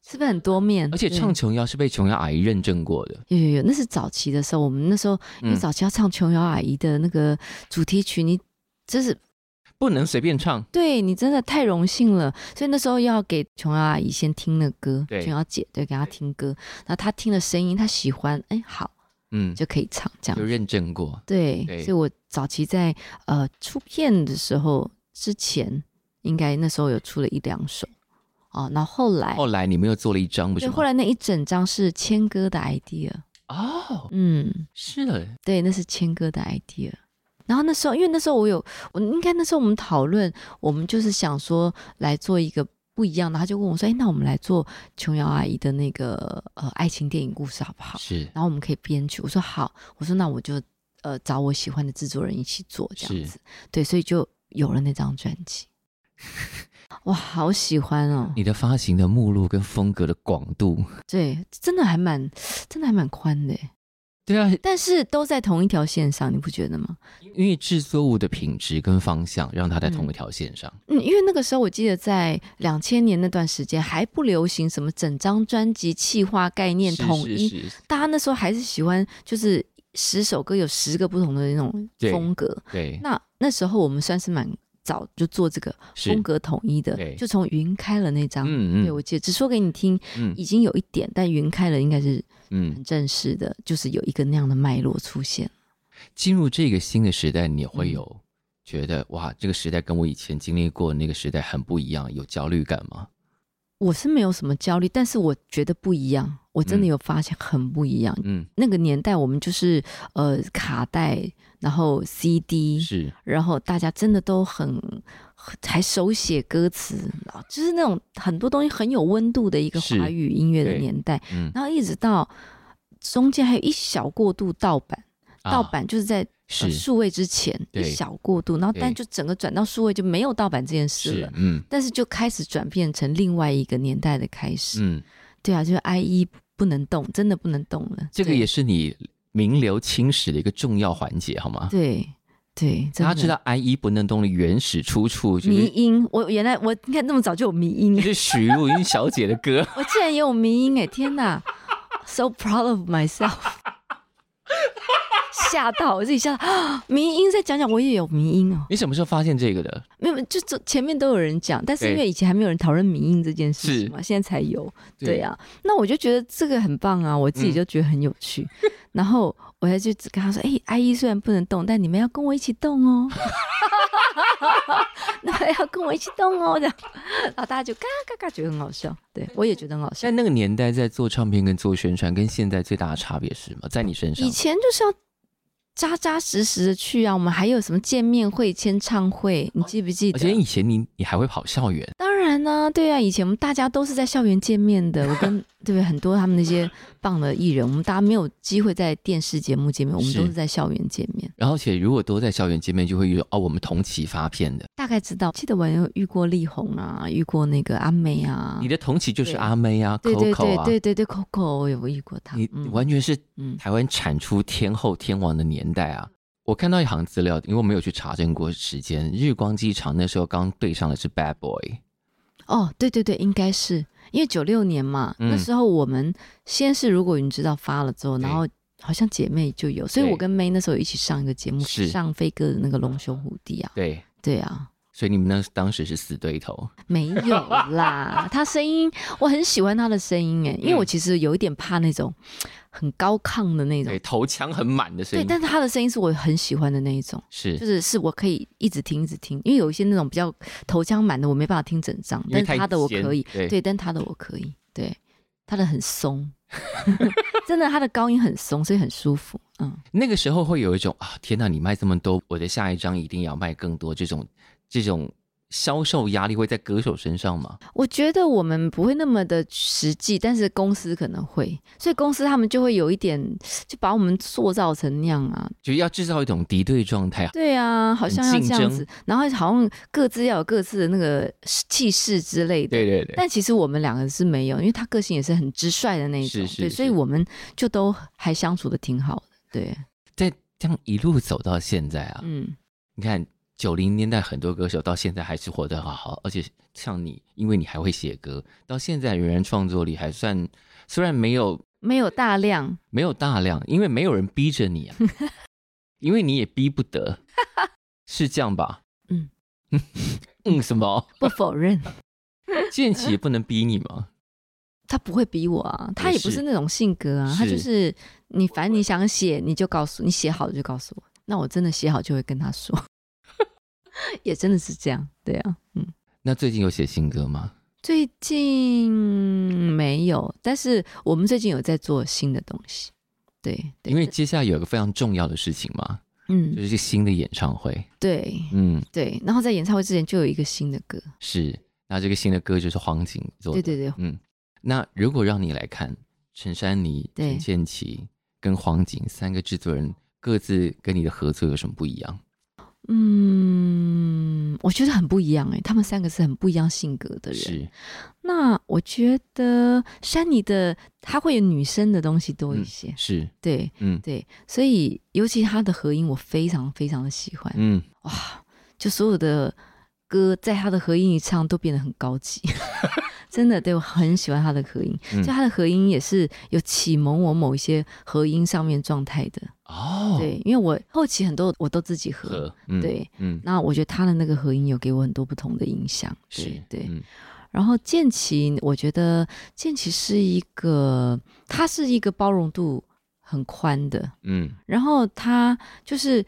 [SPEAKER 2] 是不是很多面？
[SPEAKER 1] 而且
[SPEAKER 2] 对
[SPEAKER 1] 唱琼瑶是被琼瑶阿姨认证过的，
[SPEAKER 2] 有有有，那是早期的时候，我们那时候因为
[SPEAKER 1] 嗯
[SPEAKER 2] 早期要唱琼瑶阿姨的那个主题曲，你真是
[SPEAKER 1] 不能随便唱。
[SPEAKER 2] 对你真的太荣幸了，所以那时候要给琼瑶阿姨先听那歌，
[SPEAKER 1] 对
[SPEAKER 2] 琼瑶姐对，给她听歌，那她听了声音，她喜欢，哎，好
[SPEAKER 1] 嗯，
[SPEAKER 2] 就可以唱这
[SPEAKER 1] 就
[SPEAKER 2] 样。
[SPEAKER 1] 认证过。
[SPEAKER 2] 对，
[SPEAKER 1] 对
[SPEAKER 2] 所以我早期在呃出片的时候之前，应该那时候有出了一两首哦，那后来
[SPEAKER 1] 后来你们又做了一张，不是
[SPEAKER 2] 对，
[SPEAKER 1] 吗？
[SPEAKER 2] 后来那一整张是谦哥的 idea，
[SPEAKER 1] 哦，
[SPEAKER 2] 嗯，
[SPEAKER 1] 是的，
[SPEAKER 2] 对，那是谦哥的 idea。然后那时候，因为那时候我有，我应该那时候我们讨论，我们就是想说来做一个不一样的，他就问我说：“哎，那我们来做琼瑶阿姨的那个呃爱情电影故事好不好？
[SPEAKER 1] 是
[SPEAKER 2] 然后我们可以编曲。”我说：“好。”我说：“那我就呃找我喜欢的制作人一起做这样
[SPEAKER 1] 是
[SPEAKER 2] 子。”对，所以就有了那张专辑。哇，好喜欢哦！
[SPEAKER 1] 你的发行的目录跟风格的广度，
[SPEAKER 2] 对，真的还蛮，真的还蛮宽的耶，
[SPEAKER 1] 对啊，
[SPEAKER 2] 但是都在同一条线上，你不觉得吗？
[SPEAKER 1] 因为制作物的品质跟方向让它在同一条线上，
[SPEAKER 2] 嗯，因为那个时候我记得在两千年那段时间还不流行什么整张专辑企划概念
[SPEAKER 1] 是
[SPEAKER 2] 统
[SPEAKER 1] 是
[SPEAKER 2] 一，
[SPEAKER 1] 是
[SPEAKER 2] 大家那时候还是喜欢就是十首歌有十个不同的那种
[SPEAKER 1] 对
[SPEAKER 2] 风格。
[SPEAKER 1] 对，
[SPEAKER 2] 那那时候我们算是蛮早就做这个
[SPEAKER 1] 是
[SPEAKER 2] 风格统一
[SPEAKER 1] 对
[SPEAKER 2] 的，就从云开了那张。
[SPEAKER 1] 嗯
[SPEAKER 2] 对，我记得只说给你听，
[SPEAKER 1] 嗯
[SPEAKER 2] 已经有一点，但云开了应该是
[SPEAKER 1] 嗯，
[SPEAKER 2] 很正式的，就是有一个那样的脉络出现。
[SPEAKER 1] 进入这个新的时代，你
[SPEAKER 2] 嗯
[SPEAKER 1] 会有觉得、哇，这个时代跟我以前经历过的那个时代很不一样，有焦虑感吗？
[SPEAKER 2] 我是没有什么焦虑，但是我觉得不一样，我真的
[SPEAKER 1] 嗯
[SPEAKER 2] 有发现很不一样。
[SPEAKER 1] 嗯，
[SPEAKER 2] 那个年代我们就是呃卡带，然后 CD，
[SPEAKER 1] 是
[SPEAKER 2] 然后大家真的都很还手写歌词，然后就是那种很多东西很有温度的一个
[SPEAKER 1] 是
[SPEAKER 2] 华语音乐的
[SPEAKER 1] 对
[SPEAKER 2] 年代。
[SPEAKER 1] 嗯，
[SPEAKER 2] 然后一直到中间还有一小过渡盗版，盗
[SPEAKER 1] 啊、
[SPEAKER 2] 版就是在呃
[SPEAKER 1] 是
[SPEAKER 2] 数位之前一
[SPEAKER 1] 对
[SPEAKER 2] 小过渡，然后但
[SPEAKER 1] 对
[SPEAKER 2] 就整个转到数位就没有盗版这件事
[SPEAKER 1] 是
[SPEAKER 2] 了。
[SPEAKER 1] 嗯
[SPEAKER 2] 但是就开始转变成另外一个年代的开始，
[SPEAKER 1] 嗯，
[SPEAKER 2] 对啊，就是 I E 不能动，真的不能动了。
[SPEAKER 1] 这个
[SPEAKER 2] 对
[SPEAKER 1] 也是你名留青史的一个重要环节，好吗？
[SPEAKER 2] 对对，真
[SPEAKER 1] 大家
[SPEAKER 2] 的
[SPEAKER 1] 知道 I 一不能动的原始出处就
[SPEAKER 2] 迷
[SPEAKER 1] 是
[SPEAKER 2] 音，我原来我你看那么早就有迷 音
[SPEAKER 1] 就，是许茹芸小姐的歌，
[SPEAKER 2] 我竟然也有迷音哎、天哪，so proud of myself，吓到我自己吓到， 啊迷音再讲讲我也有迷音哦，
[SPEAKER 1] 你什么时候发现这个的？
[SPEAKER 2] 没有，就这前面都有人讲，但是
[SPEAKER 1] 对
[SPEAKER 2] 因为以前还没有人讨论迷音这件事
[SPEAKER 1] 是
[SPEAKER 2] 情嘛，现在才有。对啊呀、那我就觉得这个很棒啊，我自己就觉得很有趣。 然后我还去跟他说：“哎、阿姨虽然不能动，但你们要跟我一起动哦， 那要跟我一起动哦。”这样，然后大家就嘎嘎嘎，觉得很好笑。对我也觉得很好笑
[SPEAKER 1] 在。那个年代，在做唱片跟做宣传，跟现在最大的差别是什么？在你身上
[SPEAKER 2] 以，前就是要扎扎实实的去啊，我们还有什么见面会、签唱会，你记不记
[SPEAKER 1] 而且
[SPEAKER 2] 得？
[SPEAKER 1] 以前你你还会跑校园，
[SPEAKER 2] 当然呢、对啊，以前我们大家都是在校园见面的。我 跟对不对很多他们那些棒的艺人，我们大家没有机会在电视节目见面，我们
[SPEAKER 1] 是
[SPEAKER 2] 都是在校园见面。
[SPEAKER 1] 然后且如果都在校园见面，就会有哦，我们同期发片的。
[SPEAKER 2] 大概知道，记得我有遇过力宏啊，遇过那个阿美啊
[SPEAKER 1] 你，的同期就是
[SPEAKER 2] 对
[SPEAKER 1] 阿妹啊、
[SPEAKER 2] 对对
[SPEAKER 1] Coco
[SPEAKER 2] 对
[SPEAKER 1] 啊，
[SPEAKER 2] 对对对，Coco 我有遇过他。
[SPEAKER 1] 你
[SPEAKER 2] 嗯
[SPEAKER 1] 完全是
[SPEAKER 2] 嗯
[SPEAKER 1] 台湾产出天后天王的年代啊！我看到一行资料，因为我没有去查证过时间，日光机场那时候刚对上的是 Bad Boy，
[SPEAKER 2] 哦，对对对，应该是因为九六年嘛，
[SPEAKER 1] 嗯
[SPEAKER 2] 那时候我们先是如果你知道发了之后，
[SPEAKER 1] 对
[SPEAKER 2] 然后。好像姐妹就有，所以
[SPEAKER 1] 对
[SPEAKER 2] 我跟 May 那时候有一起上一个节目，
[SPEAKER 1] 是
[SPEAKER 2] 上飞哥的那个《龙兄虎弟》啊，
[SPEAKER 1] 对，
[SPEAKER 2] 对啊，
[SPEAKER 1] 所以你们那当时是死对头，
[SPEAKER 2] 没有啦，他声音我很喜欢他的声音哎，
[SPEAKER 1] 嗯
[SPEAKER 2] 因为我其实有一点怕那种很高亢的那种
[SPEAKER 1] 对，，头腔很满的声
[SPEAKER 2] 对，
[SPEAKER 1] 音，
[SPEAKER 2] 但是他的声音是我很喜欢的那一种，
[SPEAKER 1] 是
[SPEAKER 2] 就是是我可以一直听一直听，因为有一些那种比较头腔满的我没办法听整张，
[SPEAKER 1] 因为
[SPEAKER 2] 但
[SPEAKER 1] 太
[SPEAKER 2] 是他的我
[SPEAKER 1] 尖
[SPEAKER 2] 可以，
[SPEAKER 1] 对
[SPEAKER 2] 对，但他的我可以，对，他的很松，真的他的高音很松，所以很舒服，嗯，
[SPEAKER 1] 那个时候会有一种啊，天哪，你卖这么多，我的下一张一定要卖更多，这种这种销售压力会在歌手身上吗？
[SPEAKER 2] 我觉得我们不会那么的实际，但是公司可能会，所以公司他们就会有一点就把我们塑造成那样啊，
[SPEAKER 1] 就要制造一种敌对状态，
[SPEAKER 2] 对啊，好像要
[SPEAKER 1] 竞
[SPEAKER 2] 这样
[SPEAKER 1] 争
[SPEAKER 2] 子，然后好像各自要有各自的那个气势之类的，
[SPEAKER 1] 对对对，
[SPEAKER 2] 但其实我们两个是没有，因为他个性也是很直率的那一种，
[SPEAKER 1] 是是
[SPEAKER 2] 对，
[SPEAKER 1] 是
[SPEAKER 2] 所以我们就都还相处的挺好的，对，
[SPEAKER 1] 在这样一路走到现在啊，
[SPEAKER 2] 嗯，
[SPEAKER 1] 你看九零年代很多歌手到现在还是活得好好，而且像你，因为你还会写歌，到现在仍然创作力还算，虽然没有
[SPEAKER 2] 没有大量，
[SPEAKER 1] 没有大量，因为没有人逼着 你啊，因为你也逼不得，是这样吧？
[SPEAKER 2] 嗯
[SPEAKER 1] 嗯，什么？
[SPEAKER 2] 不否认，
[SPEAKER 1] 建起也不能逼你吗？
[SPEAKER 2] 他不会逼我啊，他也不
[SPEAKER 1] 是
[SPEAKER 2] 是那种性格啊，他
[SPEAKER 1] 是
[SPEAKER 2] 就是你反正你想写你就告诉你写好了就告诉我，那我真的写好就会跟他说， 也真的是这样，对啊，嗯。
[SPEAKER 1] 那最近有写新歌吗？
[SPEAKER 2] 最近没有，但是我们最近有在做新的东西，对，对
[SPEAKER 1] 因为接下来有一个非常重要的事情嘛，就
[SPEAKER 2] 嗯，
[SPEAKER 1] 是一个新的演唱会。
[SPEAKER 2] 对，
[SPEAKER 1] 嗯，
[SPEAKER 2] 对，然后在演唱会之前就有一个新的歌，
[SPEAKER 1] 是。那这个新的歌就是黄景做的，
[SPEAKER 2] 对对对，
[SPEAKER 1] 嗯。那如果让你来看陈珊妮、
[SPEAKER 2] 对
[SPEAKER 1] 陈建奇跟黄景三个制作人各自跟你的合作有什么不一样？
[SPEAKER 2] 嗯，我觉得很不一样哎、他们三个是很不一样性格的人。
[SPEAKER 1] 是，
[SPEAKER 2] 那我觉得山妮的她会有女生的东西多一
[SPEAKER 1] 嗯
[SPEAKER 2] 些，
[SPEAKER 1] 是，
[SPEAKER 2] 对
[SPEAKER 1] 嗯
[SPEAKER 2] 对，所以尤其她的合音，我非常非常的喜欢。
[SPEAKER 1] 嗯，
[SPEAKER 2] 就所有的歌在他的合音一唱都变得很 高级，真的，对我很喜欢他的合音，
[SPEAKER 1] 嗯
[SPEAKER 2] 所以他的合音也是有启蒙我某一些合音上面状态的，
[SPEAKER 1] 哦，
[SPEAKER 2] 对，因为我后期很多我都自己合。
[SPEAKER 1] 和，嗯，
[SPEAKER 2] 对，
[SPEAKER 1] 嗯，
[SPEAKER 2] 那我觉得他的那个合音有给我很多不同的影响，
[SPEAKER 1] 是
[SPEAKER 2] 对，对。
[SPEAKER 1] 嗯
[SPEAKER 2] 然后建奇，我觉得建奇是一个，他是一个包容度很宽的，
[SPEAKER 1] 嗯，
[SPEAKER 2] 然后他就是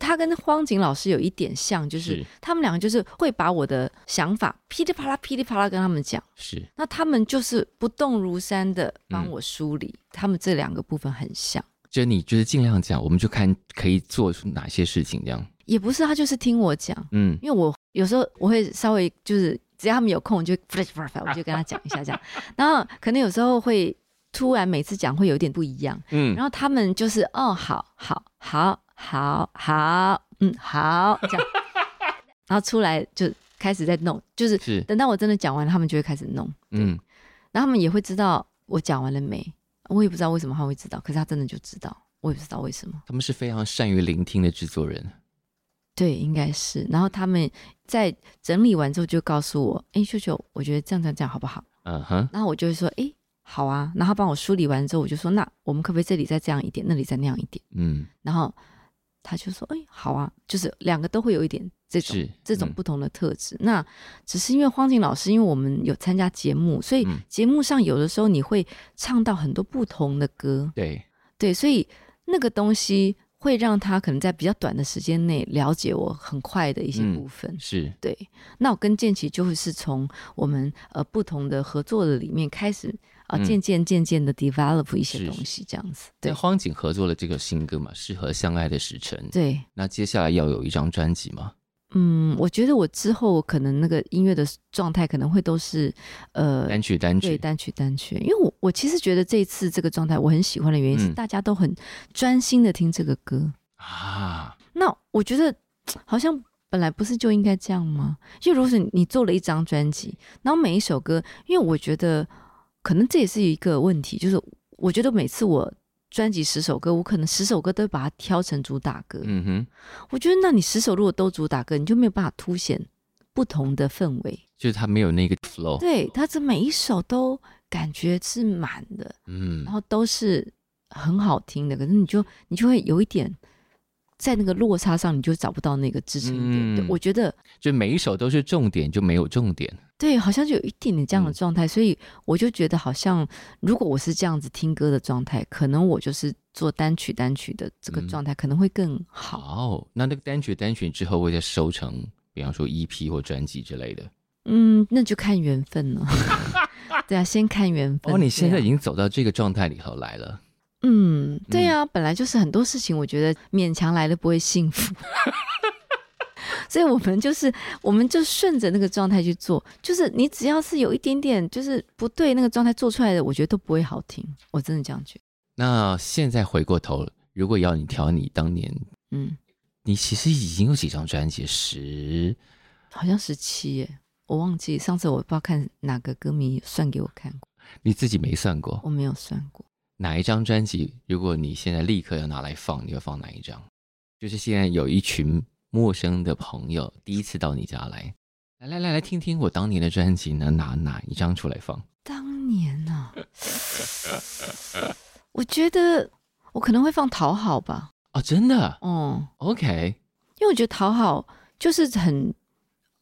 [SPEAKER 2] 他跟荒井老师有一点像，就是
[SPEAKER 1] 是
[SPEAKER 2] 他们两个就是会把我的想法噼里啪啦噼里啪啦跟他们讲，
[SPEAKER 1] 是，
[SPEAKER 2] 那他们就是不动如山的帮
[SPEAKER 1] 嗯
[SPEAKER 2] 我梳理，他们这两个部分很像。
[SPEAKER 1] 就你就是尽量讲，我们就看可以做出哪些事情这样，
[SPEAKER 2] 也不是他就是听我讲，
[SPEAKER 1] 嗯，
[SPEAKER 2] 因为我有时候我会稍微就是只要他们有空，我就我就跟他讲一下这样， 然后可能有时候会突然每次讲会有点不一样。
[SPEAKER 1] 嗯
[SPEAKER 2] 然后他们就是哦，好好好好好，嗯，好这样，然后出来就开始在弄，就是
[SPEAKER 1] 嗯是，
[SPEAKER 2] 等到我真的讲完了，他们就会开始弄，
[SPEAKER 1] 嗯，
[SPEAKER 2] 然后他们也会知道我讲完了没，我也不知道为什么他会知道，可是他真的就知道，我也不知道为什么，
[SPEAKER 1] 他们是非常善于聆听的制作人，
[SPEAKER 2] 对，应该是，然后他们在整理完之后就告诉我，哎，秀秀，我觉得这样这样这样好不好？
[SPEAKER 1] 嗯哼，
[SPEAKER 2] 然后我就会说，哎。好啊，然后他帮我梳理完之后，我就说，那我们可不可以这里再这样一点，那里再那样一点？
[SPEAKER 1] 嗯，
[SPEAKER 2] 然后他就说：“哎、好啊，就是两个都会有一点这种
[SPEAKER 1] 是
[SPEAKER 2] 这种
[SPEAKER 1] 嗯
[SPEAKER 2] 不同的特质。那只是因为荒井老师，因为我们有参加节目，所以
[SPEAKER 1] 嗯
[SPEAKER 2] 节目上有的时候你会唱到很多不同的歌，
[SPEAKER 1] 对，
[SPEAKER 2] 对，所以那个东西会让他可能在比较短的时间内了解我很快的一些
[SPEAKER 1] 嗯
[SPEAKER 2] 部分。
[SPEAKER 1] 是，
[SPEAKER 2] 对，那我跟建奇就会是从我们呃不同的合作的里面开始啊，
[SPEAKER 1] 嗯
[SPEAKER 2] 渐渐渐渐的 develop 一些
[SPEAKER 1] 是
[SPEAKER 2] 东
[SPEAKER 1] 是
[SPEAKER 2] 西，这样子。对
[SPEAKER 1] 跟荒井合作了这个新歌嘛，《适合相爱的时辰》，
[SPEAKER 2] 对，
[SPEAKER 1] 那接下来要有一张专辑吗？
[SPEAKER 2] 嗯，我觉得我之后可能那个音乐的状态可能会都是，呃，
[SPEAKER 1] 单曲单
[SPEAKER 2] 对
[SPEAKER 1] 曲，
[SPEAKER 2] 单曲单曲，因为我我其实觉得这一次这个状态我很喜欢的原因是
[SPEAKER 1] 嗯
[SPEAKER 2] 大家都很专心的听这个歌。
[SPEAKER 1] 啊，
[SPEAKER 2] 那我觉得好像本来不是就应该这样吗？就如果是你做了一张专辑，然后每一首歌，因为我觉得可能这也是一个问题，就是我觉得每次我专辑十首歌，我可能十首歌都把它挑成主打歌，
[SPEAKER 1] 嗯哼，
[SPEAKER 2] 我觉得，那你十首如果都主打歌，你就没有办法凸显不同的氛围。
[SPEAKER 1] 就是他没有那个 flow，
[SPEAKER 2] 对，它这每一首都感觉是满的，
[SPEAKER 1] 嗯
[SPEAKER 2] 然，后都是很好听的，可是你就你就会有一点在那个落差上，你就找不到那个支撑点。
[SPEAKER 1] 嗯
[SPEAKER 2] 对，我觉得
[SPEAKER 1] 就每一首都是重点，就没有重点，
[SPEAKER 2] 对，好像就有一点点这样的
[SPEAKER 1] 嗯
[SPEAKER 2] 状态，所以我就觉得好像如果我是这样子听歌的状态，可能我就是做单曲单曲的这个
[SPEAKER 1] 嗯
[SPEAKER 2] 状态可能会更好。
[SPEAKER 1] 哦，那那个单曲单曲之后会再收成，比方说 EP 或专辑之类的。
[SPEAKER 2] 嗯，那就看缘分了。 对啊，先看缘分。
[SPEAKER 1] 哦，你现在
[SPEAKER 2] 对啊
[SPEAKER 1] 已经走到这个状态里头来了，
[SPEAKER 2] 嗯，对啊，本来就是很多事情，我觉得勉强来的不会幸福， 所以我们就是，我们就顺着那个状态去做，就是你只要是有一点点就是不对那个状态做出来的，我觉得都不会好听，我真的这样觉得。
[SPEAKER 1] 那现在回过头，如果要你挑你当年，
[SPEAKER 2] 嗯，
[SPEAKER 1] 你其实已经有几张专辑，十
[SPEAKER 2] 好像十七耶，我忘记上次我不知道看哪个歌迷算给我看过，
[SPEAKER 1] 你自己没算过
[SPEAKER 2] 我没有算过。
[SPEAKER 1] 哪一张专辑？如果你现在立刻要拿来放，你会放哪一张？就是现在有一群陌生的朋友第一次到你家来，来来来来听听我当年的专辑，能拿哪一张出来放？
[SPEAKER 2] 当年啊， 我觉得我可能会放讨好吧，
[SPEAKER 1] 哦，真的
[SPEAKER 2] 哦、
[SPEAKER 1] ？OK，
[SPEAKER 2] 因为我觉得讨好就是很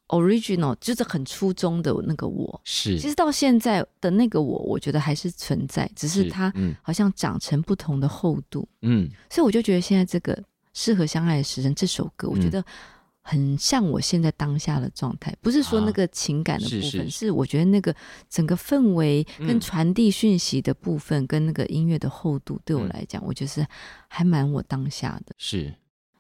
[SPEAKER 2] original，就是很初衷的那个我。
[SPEAKER 1] 是，
[SPEAKER 2] 其实到现在的那个我，我觉得还是存在，只是它
[SPEAKER 1] 嗯
[SPEAKER 2] 好像长成不同的厚度。
[SPEAKER 1] 嗯，
[SPEAKER 2] 所以我就觉得现在这个《适合相爱的时辰》这首歌，我觉
[SPEAKER 1] 嗯
[SPEAKER 2] 得很像我现在当下的状态，不是说
[SPEAKER 1] 啊
[SPEAKER 2] 那个情感的
[SPEAKER 1] 是
[SPEAKER 2] 部
[SPEAKER 1] 是
[SPEAKER 2] 分，是我觉得那个整个氛围跟
[SPEAKER 1] 嗯
[SPEAKER 2] 传递讯息的部分，跟那个音乐的厚度，对我
[SPEAKER 1] 嗯
[SPEAKER 2] 来讲，我觉得是还蛮我当下的。
[SPEAKER 1] 是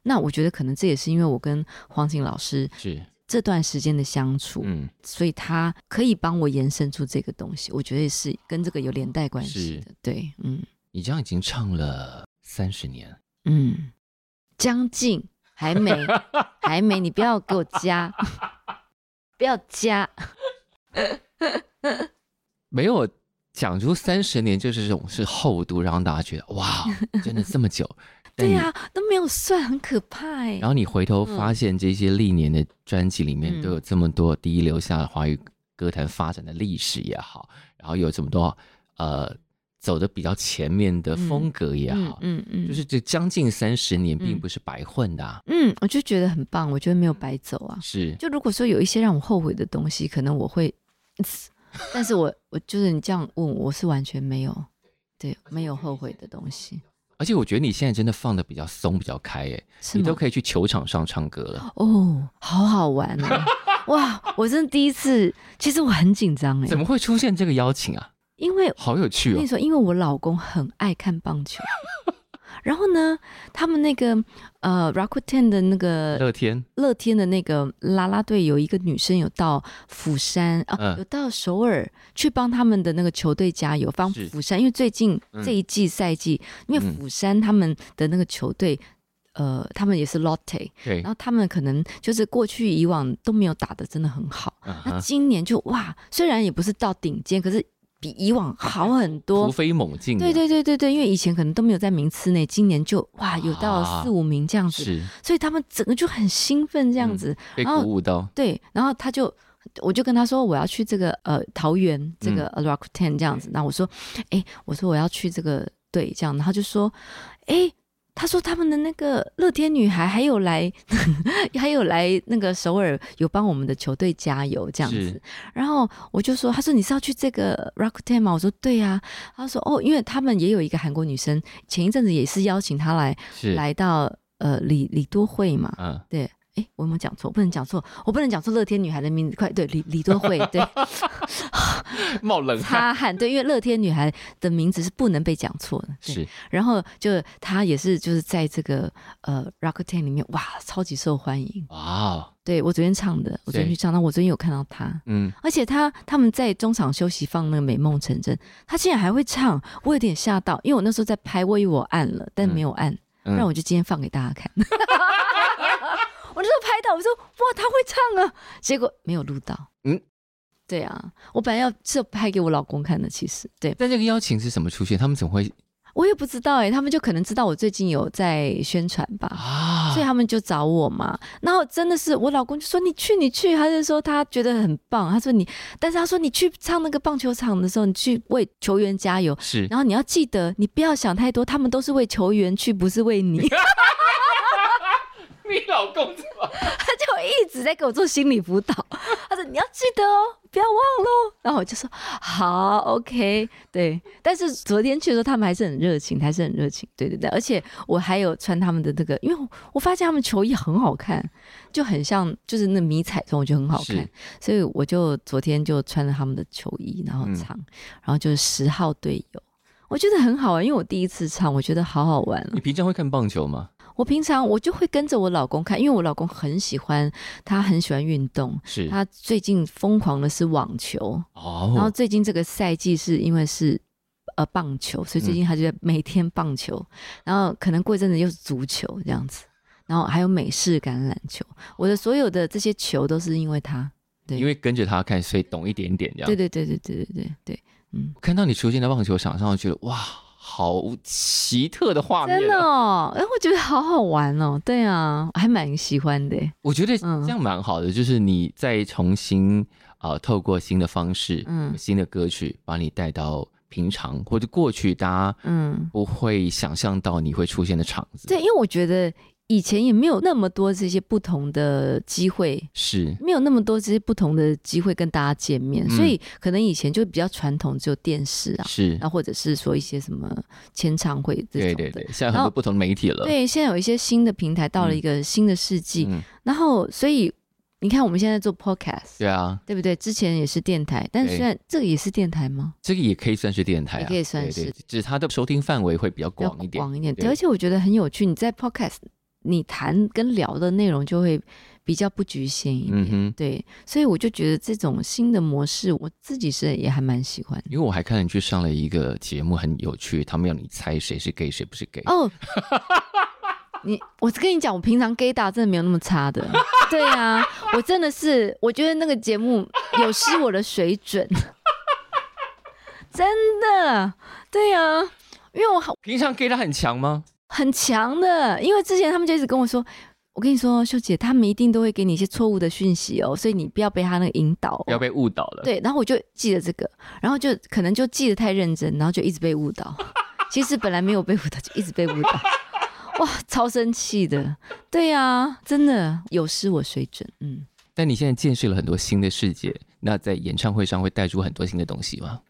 [SPEAKER 2] 那我觉得可能这也是因为我跟黄景老师
[SPEAKER 1] 是，
[SPEAKER 2] 这段时间的相处，
[SPEAKER 1] 嗯，
[SPEAKER 2] 所以他可以帮我延伸出这个东西，我觉得是跟这个有连带关系
[SPEAKER 1] 是
[SPEAKER 2] 的。对，嗯
[SPEAKER 1] 你这样已经唱了三十年，
[SPEAKER 2] 嗯，将近还 没还没，你不要给我加，不要加，
[SPEAKER 1] 哎没有讲出三十年就是这种是厚度，然后大家觉得哇，真的这么久？但
[SPEAKER 2] 对
[SPEAKER 1] 你
[SPEAKER 2] 呀、都没有算，很可怕哎、
[SPEAKER 1] 然后你回头发现这些历年的专辑里面
[SPEAKER 2] 嗯
[SPEAKER 1] 都有这么多第一留下的华语歌坛发展的历史也好，然后有这么多呃走的比较前面的风格也
[SPEAKER 2] 嗯
[SPEAKER 1] 好，
[SPEAKER 2] 嗯嗯，
[SPEAKER 1] 就是这将近三十年
[SPEAKER 2] 嗯
[SPEAKER 1] 并不是白混的、啊，
[SPEAKER 2] 嗯，我就觉得很棒，我觉得没有白走啊。
[SPEAKER 1] 是
[SPEAKER 2] 就如果说有一些让我后悔的东西，可能我会， 但是我我就是你这样问我，我是完全没有，对，没有后悔的东西，
[SPEAKER 1] 而且我觉得你现在真的放的比较松，比较开诶，
[SPEAKER 2] 是
[SPEAKER 1] 你都
[SPEAKER 2] 吗？
[SPEAKER 1] 可以去球场上唱歌了，
[SPEAKER 2] 哦，好好玩 哦！哇，我真的第一次，其实我很紧张
[SPEAKER 1] 怎
[SPEAKER 2] 哎，
[SPEAKER 1] 么会出现这个邀请啊？
[SPEAKER 2] 因为
[SPEAKER 1] 好有趣
[SPEAKER 2] 我跟
[SPEAKER 1] 哦
[SPEAKER 2] 你！说，因为我老公很爱看棒球，然后呢，他们那个呃 Rakuten 的那个
[SPEAKER 1] 乐天，
[SPEAKER 2] 乐天的那个啦啦队有一个女生有到釜山啊，
[SPEAKER 1] 嗯
[SPEAKER 2] 有到首尔去帮他们的那个球队加油，帮
[SPEAKER 1] 是
[SPEAKER 2] 釜山，因为最近
[SPEAKER 1] 嗯
[SPEAKER 2] 这一季赛季，因为
[SPEAKER 1] 嗯
[SPEAKER 2] 釜山他们的那个球队。呃，他们也是 Lotte，
[SPEAKER 1] 对
[SPEAKER 2] 然，后他们可能就是过去以往都没有打的真的很好，
[SPEAKER 1] 嗯
[SPEAKER 2] 那
[SPEAKER 1] 哼，
[SPEAKER 2] 今年就哇，虽然也不是到顶尖，可是比以往好很多
[SPEAKER 1] 突，飞猛进，啊
[SPEAKER 2] 对，对对对对，因为以前可能都没有在名次内，今年就哇有
[SPEAKER 1] 啊
[SPEAKER 2] 到四五名这样子，
[SPEAKER 1] 是
[SPEAKER 2] 所以他们整个就很兴奋这样子，
[SPEAKER 1] 被
[SPEAKER 2] 然后
[SPEAKER 1] 鼓舞到，
[SPEAKER 2] 对，然后他就。我就跟他说我要去这个呃桃园这个 Rakuten 这样子，那、我说，哎、我说我要去这个队这样，然后他就说，哎、他说他们的那个乐天女孩还有来， 还有来那个首尔有帮我们的球队加油这样子
[SPEAKER 1] 是，
[SPEAKER 2] 然后我就说，他说你是要去这个 Rakuten 吗？我说对啊，他说哦，因为他们也有一个韩国女生，前一阵子也是邀请她来
[SPEAKER 1] 是，
[SPEAKER 2] 来到呃李李多惠嘛，
[SPEAKER 1] 嗯，
[SPEAKER 2] 对，哎，我有没有讲错？我不能讲错，我不能讲错乐天女孩的名字。快，对，李李多惠， 对，
[SPEAKER 1] 冒冷汗，
[SPEAKER 2] 擦汗，对，因为乐天女孩的名字是不能被讲错的。对，
[SPEAKER 1] 是
[SPEAKER 2] 然后就她也是就是在这个呃 Rockten 里面，哇，超级受欢迎。
[SPEAKER 1] 哇哦，
[SPEAKER 2] 对我昨天唱的，我昨天
[SPEAKER 1] 对
[SPEAKER 2] 去唱，那我昨天有看到她。
[SPEAKER 1] 嗯，
[SPEAKER 2] 而且她他们在中场休息放那个《美梦成真》，她竟然还会唱，我有点吓到，因为我那时候在拍《我以为我按了》，但没有按，
[SPEAKER 1] 嗯
[SPEAKER 2] 不然我就今天放给大家看。 我那时候拍到，我说哇，他会唱啊，结果没有录到。
[SPEAKER 1] 嗯
[SPEAKER 2] 嗯，对啊，我本来要是拍给我老公看的，其实对
[SPEAKER 1] 但这个邀请是怎么出现？他们怎么会
[SPEAKER 2] 我也不知道哎、他们就可能知道我最近有在宣传吧。
[SPEAKER 1] 啊
[SPEAKER 2] 所以？他们就找我嘛，然后真的是我老公就说你去你去，他就说他觉得很棒，他说你，但是他说你去唱那个棒球场的时候，你去为球员加油，
[SPEAKER 1] 是
[SPEAKER 2] 然后你要记得你不要想太多，他们都是为球员去，不是为你。
[SPEAKER 1] 你老公怎么？
[SPEAKER 2] 他就一直在给我做心理辅导，他说你要记得哦，不要忘喽。然后我就说好，OK，对。但是昨天去的时候，他们还是很热情，还是很热情，对对对。而且我还有穿他们的那个，因为我我发现他们球衣很好看，就很像就是那迷彩装，我觉得很好看
[SPEAKER 1] 是，
[SPEAKER 2] 所以我就昨天就穿了他们的球衣，然后
[SPEAKER 1] 嗯
[SPEAKER 2] 唱，然后就是十号队友。我觉得很好玩，因为我第一次唱，我觉得好好玩哦
[SPEAKER 1] 你平常会看棒球吗？
[SPEAKER 2] 我平常我就会跟着我老公看，因为我老公很喜欢，他很喜欢运动。
[SPEAKER 1] 是
[SPEAKER 2] 他最近疯狂的是网球，然后
[SPEAKER 1] 哦，
[SPEAKER 2] 最近这个赛季是因为是呃棒球，所以最近他就在每天棒球，
[SPEAKER 1] 嗯
[SPEAKER 2] 然后可能过一阵子又是足球这样子，然后还有美式橄榄球。我的所有的这些球都是因为他。对
[SPEAKER 1] 因为跟着他看，所以懂一点点这样。
[SPEAKER 2] 对对对对对对对对，嗯，
[SPEAKER 1] 看到你出现在棒球场上，我觉得哇，好奇特的画面、啊
[SPEAKER 2] 真的。哦，哎，我觉得好好玩哦，对啊，还蛮喜欢的。
[SPEAKER 1] 我觉得
[SPEAKER 2] 嗯
[SPEAKER 1] 这样蛮好的，就是你再重新啊、呃透过新的方式、
[SPEAKER 2] 嗯
[SPEAKER 1] 新的歌曲，把你带到平常或者过去大家
[SPEAKER 2] 嗯，
[SPEAKER 1] 不会想象到你会出现的场子。
[SPEAKER 2] 对，，因为我觉得以前也没有那么多这些不同的机会，
[SPEAKER 1] 是
[SPEAKER 2] 没有那么多这些不同的机会跟大家见面，
[SPEAKER 1] 嗯
[SPEAKER 2] 所以可能以前就比较传统，只有电视啊，
[SPEAKER 1] 是
[SPEAKER 2] 然，后或者是说一些什么签唱会这种
[SPEAKER 1] 对
[SPEAKER 2] 的。
[SPEAKER 1] 对对，现在很
[SPEAKER 2] 然
[SPEAKER 1] 多
[SPEAKER 2] 后
[SPEAKER 1] 不同的媒体了。
[SPEAKER 2] 对现在有一些新的平台到了一个新的世纪，
[SPEAKER 1] 嗯，
[SPEAKER 2] 然后所以你看我们现在做 podcast，
[SPEAKER 1] 对啊，
[SPEAKER 2] 对不对？之前也是电台，但
[SPEAKER 1] 对
[SPEAKER 2] 虽然这个也是电台吗？
[SPEAKER 1] 这个也可以算是电台、啊，
[SPEAKER 2] 也可以算
[SPEAKER 1] 对对
[SPEAKER 2] 是
[SPEAKER 1] 只是它的收听范围会比较
[SPEAKER 2] 比较
[SPEAKER 1] 广一点。
[SPEAKER 2] 广一点。对，
[SPEAKER 1] 对
[SPEAKER 2] 而且我觉得很有趣，你在 podcast 你谈跟聊的内容就会比较不局限一点。
[SPEAKER 1] 嗯哼，
[SPEAKER 2] 对，所以我就觉得这种新的模式，我自己是也还蛮喜欢的。
[SPEAKER 1] 因为我还看你去上了一个节目，很有趣，他们要你猜谁是 gay 谁不是 gay。
[SPEAKER 2] 哦，你我跟你讲，我平常 gay 打真的没有那么差的。对啊，我真的是，我觉得那个节目有失我的水准，真的。对啊，因为我好
[SPEAKER 1] 平常 gay 他很强吗？
[SPEAKER 2] 很强的，因为之前他们就一直跟我说。我跟你说，秀姐，他们一定都会给你一些错误的讯息哦，所以你不要被他那个引导、哦，
[SPEAKER 1] 不要被误导了。，
[SPEAKER 2] 对，然后我就记了这个，然后就可能就记得太认真，然后就一直被误导。 其实本来没有被误导，就一直被误导。哇，超生气的。对呀、真的有失我水准。嗯，
[SPEAKER 1] 但你现在见识了很多新的世界，那在演唱会上会带出很多新的东西吗？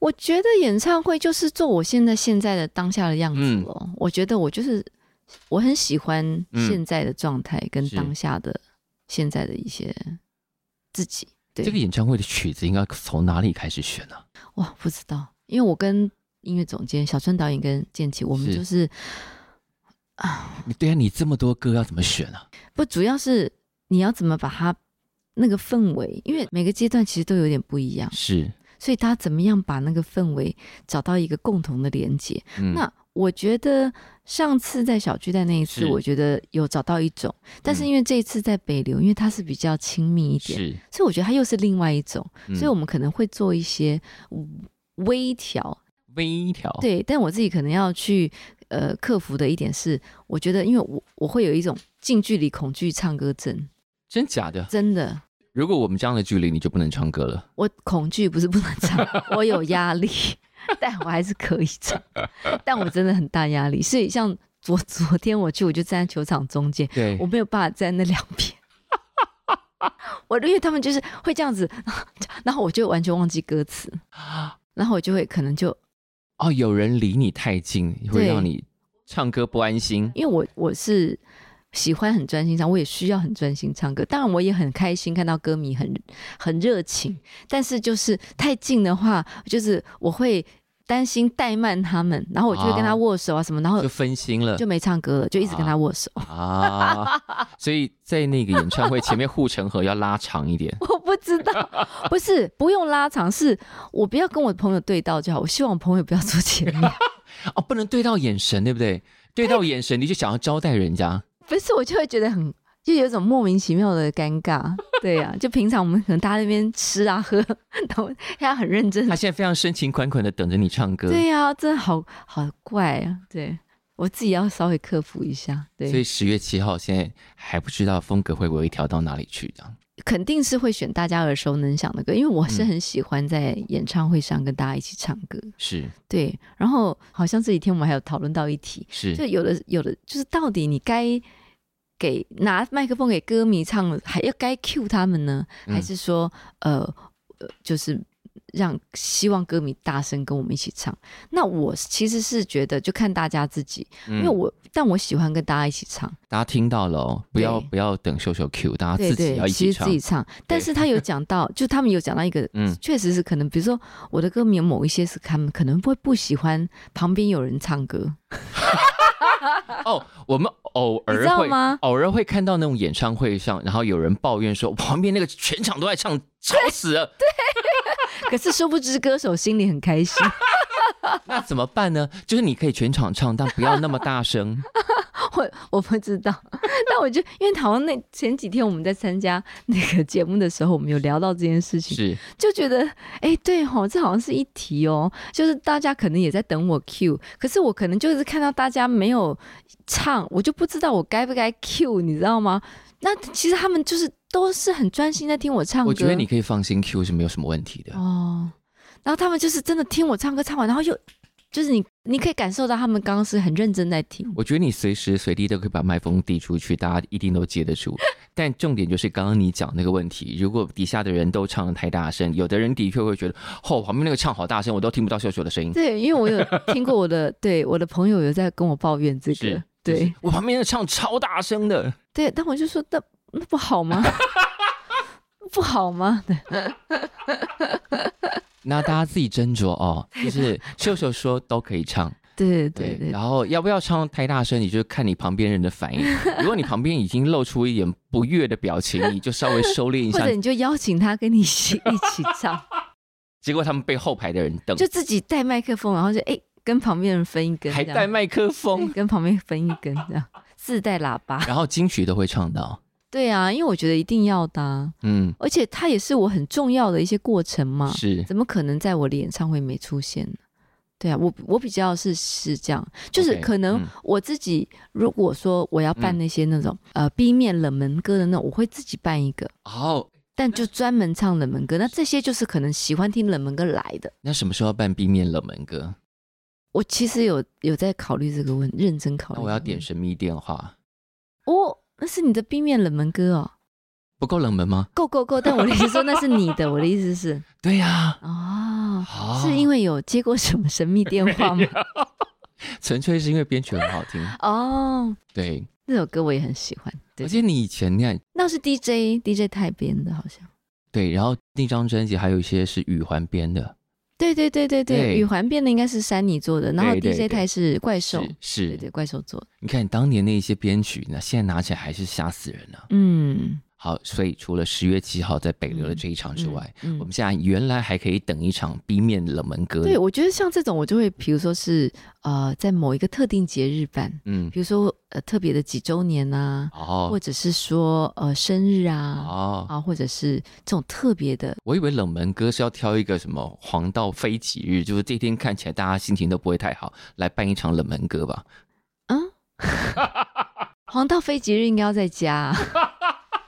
[SPEAKER 2] 我觉得演唱会就是做我现在现在的当下的样子
[SPEAKER 1] 嗯
[SPEAKER 2] 咯。我觉得我就是我很喜欢
[SPEAKER 1] 嗯
[SPEAKER 2] 现在的状态跟
[SPEAKER 1] 是
[SPEAKER 2] 当下的现在的一些自己。对
[SPEAKER 1] 这个演唱会的曲子应该从哪里开始选呢、
[SPEAKER 2] 哇，不知道，因为我跟音乐总监小春导演跟建奇，我们
[SPEAKER 1] 是
[SPEAKER 2] 就是
[SPEAKER 1] 你对啊，你这么多歌要怎么选啊？
[SPEAKER 2] 不，主要是你要怎么把它那个氛围，因为每个阶段其实都有点不一样，
[SPEAKER 1] 是，
[SPEAKER 2] 所以他怎么样把那个氛围找到一个共同的连接？
[SPEAKER 1] 嗯，
[SPEAKER 2] 那我觉得上次在小巨蛋那一次，
[SPEAKER 1] 是
[SPEAKER 2] 我觉得有找到一种，但是
[SPEAKER 1] 嗯
[SPEAKER 2] 因为这一次在北流，因为它是比较亲密一点，
[SPEAKER 1] 是，嗯
[SPEAKER 2] 所以我觉得它又是另外一种，所以我
[SPEAKER 1] 们
[SPEAKER 2] 们可能会做一些微调，
[SPEAKER 1] 微调，，
[SPEAKER 2] 对，但我自己可能要去呃克服的一点是，我觉得因为我我会有一种近距离恐惧唱歌症，
[SPEAKER 1] 真假的？
[SPEAKER 2] 真的，
[SPEAKER 1] 如果我们这样的距离，你就不能唱歌了。
[SPEAKER 2] 我恐惧不是不能唱，我有压力，但我还是可以唱，但我真的很大压力，所以像昨昨天我去，我就站在球场中间，
[SPEAKER 1] 对
[SPEAKER 2] 我没有办法站那两边。我因为他们就是会这样子，然后我就完全忘记歌词，然后我就会可能就
[SPEAKER 1] 哦，有人离你太近，会
[SPEAKER 2] 对
[SPEAKER 1] 让你唱歌不安心。
[SPEAKER 2] 因为我我是喜欢很专心唱，我也需要很专心唱歌。当然，我也很开心看到歌迷很很热情，但是就是太近的话，就是我会担心怠慢他们，然后我就会跟他
[SPEAKER 1] 啊
[SPEAKER 2] 握手啊什么，然后
[SPEAKER 1] 就分心了
[SPEAKER 2] 就没唱歌了，就一直跟他握手。。
[SPEAKER 1] 啊，所以在那个演唱会前面护城河要拉长一点
[SPEAKER 2] 我不知道，不是不用拉长，是我不要跟我朋友对到就好。我希望我朋友不要坐前面。
[SPEAKER 1] 哦，不能对到眼神，对不对？对到眼神，你就想要招待人家。
[SPEAKER 2] 不是，我就会觉得很，就有一种莫名其妙的尴尬。对呀、就平常我们可能大家在那边吃啊喝，然后他很认真
[SPEAKER 1] 他现在非常深情款款的等着你唱歌，
[SPEAKER 2] 对呀、真的好好怪啊！对我自己要稍微克服一下，
[SPEAKER 1] 所以
[SPEAKER 2] 对，
[SPEAKER 1] 十月七号现在还不知道风格会微调到哪里去，这样
[SPEAKER 2] 肯定是会选大家耳熟能详的歌，因为我是
[SPEAKER 1] 嗯
[SPEAKER 2] 很喜欢在演唱会上跟大家一起唱歌。
[SPEAKER 1] 是
[SPEAKER 2] 对，然后好像这几天我们还有讨论到一题，
[SPEAKER 1] 嗯
[SPEAKER 2] 就是有的有的就是到底你该给拿麦克风给歌迷唱，还要该 cue 他们呢，
[SPEAKER 1] 嗯
[SPEAKER 2] 还是说、呃呃就是让希望歌迷大声跟我们一起唱？那我其实是觉得就看大家自己，
[SPEAKER 1] 嗯
[SPEAKER 2] 因为我但我喜欢跟大家一起唱，
[SPEAKER 1] 大家听到了哦，不要
[SPEAKER 2] 对
[SPEAKER 1] 不要等秀秀 Q，大家啊
[SPEAKER 2] 对
[SPEAKER 1] 自己要
[SPEAKER 2] 对，
[SPEAKER 1] 一
[SPEAKER 2] 其
[SPEAKER 1] 起
[SPEAKER 2] 实
[SPEAKER 1] 唱
[SPEAKER 2] 自己，唱，但是他有讲 到，就他们有讲到一个，
[SPEAKER 1] 嗯
[SPEAKER 2] 确实是可能，比如说我的歌迷有某一些是他们可能会不喜欢旁边有人 唱歌，
[SPEAKER 1] 哦，我们偶
[SPEAKER 2] 你知
[SPEAKER 1] 尔
[SPEAKER 2] 道
[SPEAKER 1] 会
[SPEAKER 2] 吗？
[SPEAKER 1] 偶尔会看到那种演唱会上，然后有人抱怨说旁边那个全场都在唱，吵死了，
[SPEAKER 2] 可是殊不知歌手心里很开心，
[SPEAKER 1] 那怎么办呢？就是你可以全场唱，但不要那么大 声。
[SPEAKER 2] 我我不知道， 但我就因为好像那前几天我们在参加那个节目的时候，我们有聊到这件事情，
[SPEAKER 1] 是，
[SPEAKER 2] 就觉得，哎、对吼，这好像是一题哦，就是大家可能也在等我 Q，可是我可能就是看到大家没有唱，我就不知道我该不该 Q，你知道吗？那其实他们就是都是很专心在听我唱歌，
[SPEAKER 1] 我觉得你可以放心 Q 是没有什么问题的。
[SPEAKER 2] 哦，然后他们就是真的听我唱歌唱完，然后又就是你你可以感受到他们刚刚是很认真在听，
[SPEAKER 1] 我觉得你随时随地都可以把麦克风递出去，大家一定都接得住。 但重点就是刚刚你讲那个问题，如果底下的人都唱的太大声，有的人的确会觉得，哦，旁边那个唱好大声，我都听不到秀秀的声音。
[SPEAKER 2] 对，因为我有听过我的 对我的朋友有在跟我抱怨这
[SPEAKER 1] 是
[SPEAKER 2] 个，，
[SPEAKER 1] 就
[SPEAKER 2] 对。
[SPEAKER 1] 是我旁边那个唱超大声的，
[SPEAKER 2] 对，但我就说那那不好吗？ 不好吗？对
[SPEAKER 1] 那大家自己斟酌哦。就是秀秀说都可以唱，
[SPEAKER 2] 对
[SPEAKER 1] 对
[SPEAKER 2] 啊 对对，
[SPEAKER 1] 然后要不要唱太大声，你就看你旁边人的 反应。如果你旁边已经露出一点不悦的表情，你就稍微收敛一
[SPEAKER 2] 或
[SPEAKER 1] 下
[SPEAKER 2] 者，你就邀请他跟你 一起一起唱，
[SPEAKER 1] 结果他们被后排的人瞪，
[SPEAKER 2] 就自己带麦克风，然后就哎跟旁边人分一根，
[SPEAKER 1] 还
[SPEAKER 2] 这样
[SPEAKER 1] 带麦克风
[SPEAKER 2] 对，跟旁边分一根这样，自带喇叭。
[SPEAKER 1] 然后金曲都会唱到。
[SPEAKER 2] 对啊，因为我觉得一定要的啊、
[SPEAKER 1] 嗯，
[SPEAKER 2] 而且它也是我很重要的一些过程嘛，
[SPEAKER 1] 是
[SPEAKER 2] 怎么可能在我的演唱会没出现呢？对啊，我我比较是是这样，就是可能
[SPEAKER 1] 嗯
[SPEAKER 2] 我自己如果说我要办
[SPEAKER 1] 嗯
[SPEAKER 2] 那些那种、呃 B 面冷门歌的那种，我会自己办一个，
[SPEAKER 1] 哦。
[SPEAKER 2] 但就专门唱冷门歌。那这些就是可能喜欢听冷门歌来的。
[SPEAKER 1] 那什么时候要办 B 面冷门歌？
[SPEAKER 2] 我其实有有在考虑这个问，认真考虑
[SPEAKER 1] 那
[SPEAKER 2] 这个问题。
[SPEAKER 1] 我要点神秘电话，
[SPEAKER 2] 哦，那是你的 B 面冷门歌哦，
[SPEAKER 1] 不够冷门吗？
[SPEAKER 2] 够够够。但我的意思说那是你的， 我的意思是
[SPEAKER 1] 对呀、
[SPEAKER 2] 哦，
[SPEAKER 1] 啊
[SPEAKER 2] 是因为有接过什么神秘电 话吗？
[SPEAKER 1] 纯粹是因为编曲很好听。
[SPEAKER 2] 哦，
[SPEAKER 1] 对，
[SPEAKER 2] 那首歌我也很喜欢， 对
[SPEAKER 1] 而且你以前那样
[SPEAKER 2] 那是 DJ DJ 太编的，好像。
[SPEAKER 1] 对，然后那张专辑还有一些是宇环编的，
[SPEAKER 2] 对对对对
[SPEAKER 1] 对
[SPEAKER 2] 对，雨环编的应该是山泥做的，然后
[SPEAKER 1] 对对
[SPEAKER 2] DJ
[SPEAKER 1] 对
[SPEAKER 2] 太是怪兽，
[SPEAKER 1] 是
[SPEAKER 2] 对
[SPEAKER 1] 是
[SPEAKER 2] 对怪兽做的。
[SPEAKER 1] 你看当年那些编曲，那现在拿起来还是吓死人呢、
[SPEAKER 2] 嗯，
[SPEAKER 1] 好，所以除了十月七号在北流的这一场之外，
[SPEAKER 2] 嗯，嗯
[SPEAKER 1] 我们现在原来还可以等一场 B 面冷门歌。
[SPEAKER 2] 对，我觉得像这种，我就会比如说是呃，在某一个特定节日办，
[SPEAKER 1] 嗯，
[SPEAKER 2] 比如说呃特别的几周年啊，或
[SPEAKER 1] 哦
[SPEAKER 2] 者是说呃生日啊，
[SPEAKER 1] 哦，
[SPEAKER 2] 啊，或者是这种特别的，
[SPEAKER 1] 我以为冷门歌是要挑一个什么黄道非吉日，就是这天看起来大家心情都不会太好，来办一场冷门歌吧。
[SPEAKER 2] 嗯，黄道非吉日应该要在家、 啊，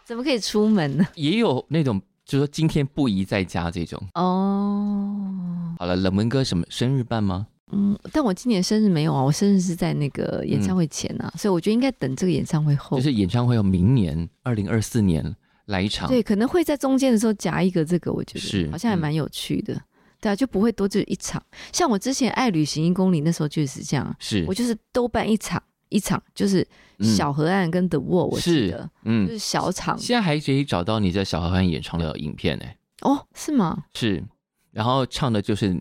[SPEAKER 2] 怎么可以出门呢？
[SPEAKER 1] 也有那种就是说今天不宜在家这种。
[SPEAKER 2] 哦。
[SPEAKER 1] 好了，冷门歌什么生日办吗？
[SPEAKER 2] 嗯，但我今年生日没有啊，我生日是在那个演唱会前啊，所以我觉得应该等这个演唱会后，
[SPEAKER 1] 嗯就是演唱会要明年二零二四年来一场。
[SPEAKER 2] 对，可能会在中间的时候夹一个这个，我觉得
[SPEAKER 1] 是嗯
[SPEAKER 2] 好像还蛮有趣的，对啊，就不会多就一场。像我之前爱旅行一公里那时候就是这样啊，
[SPEAKER 1] 是，嗯
[SPEAKER 2] 我就是都办一场，一场就是小河岸跟 The Wall，、我记
[SPEAKER 1] 是
[SPEAKER 2] 得，就
[SPEAKER 1] 嗯，
[SPEAKER 2] 是小场
[SPEAKER 1] 现在还可以找到你在小河畔演唱的影片呢、
[SPEAKER 2] 哦，是吗？
[SPEAKER 1] 是，然后唱的就是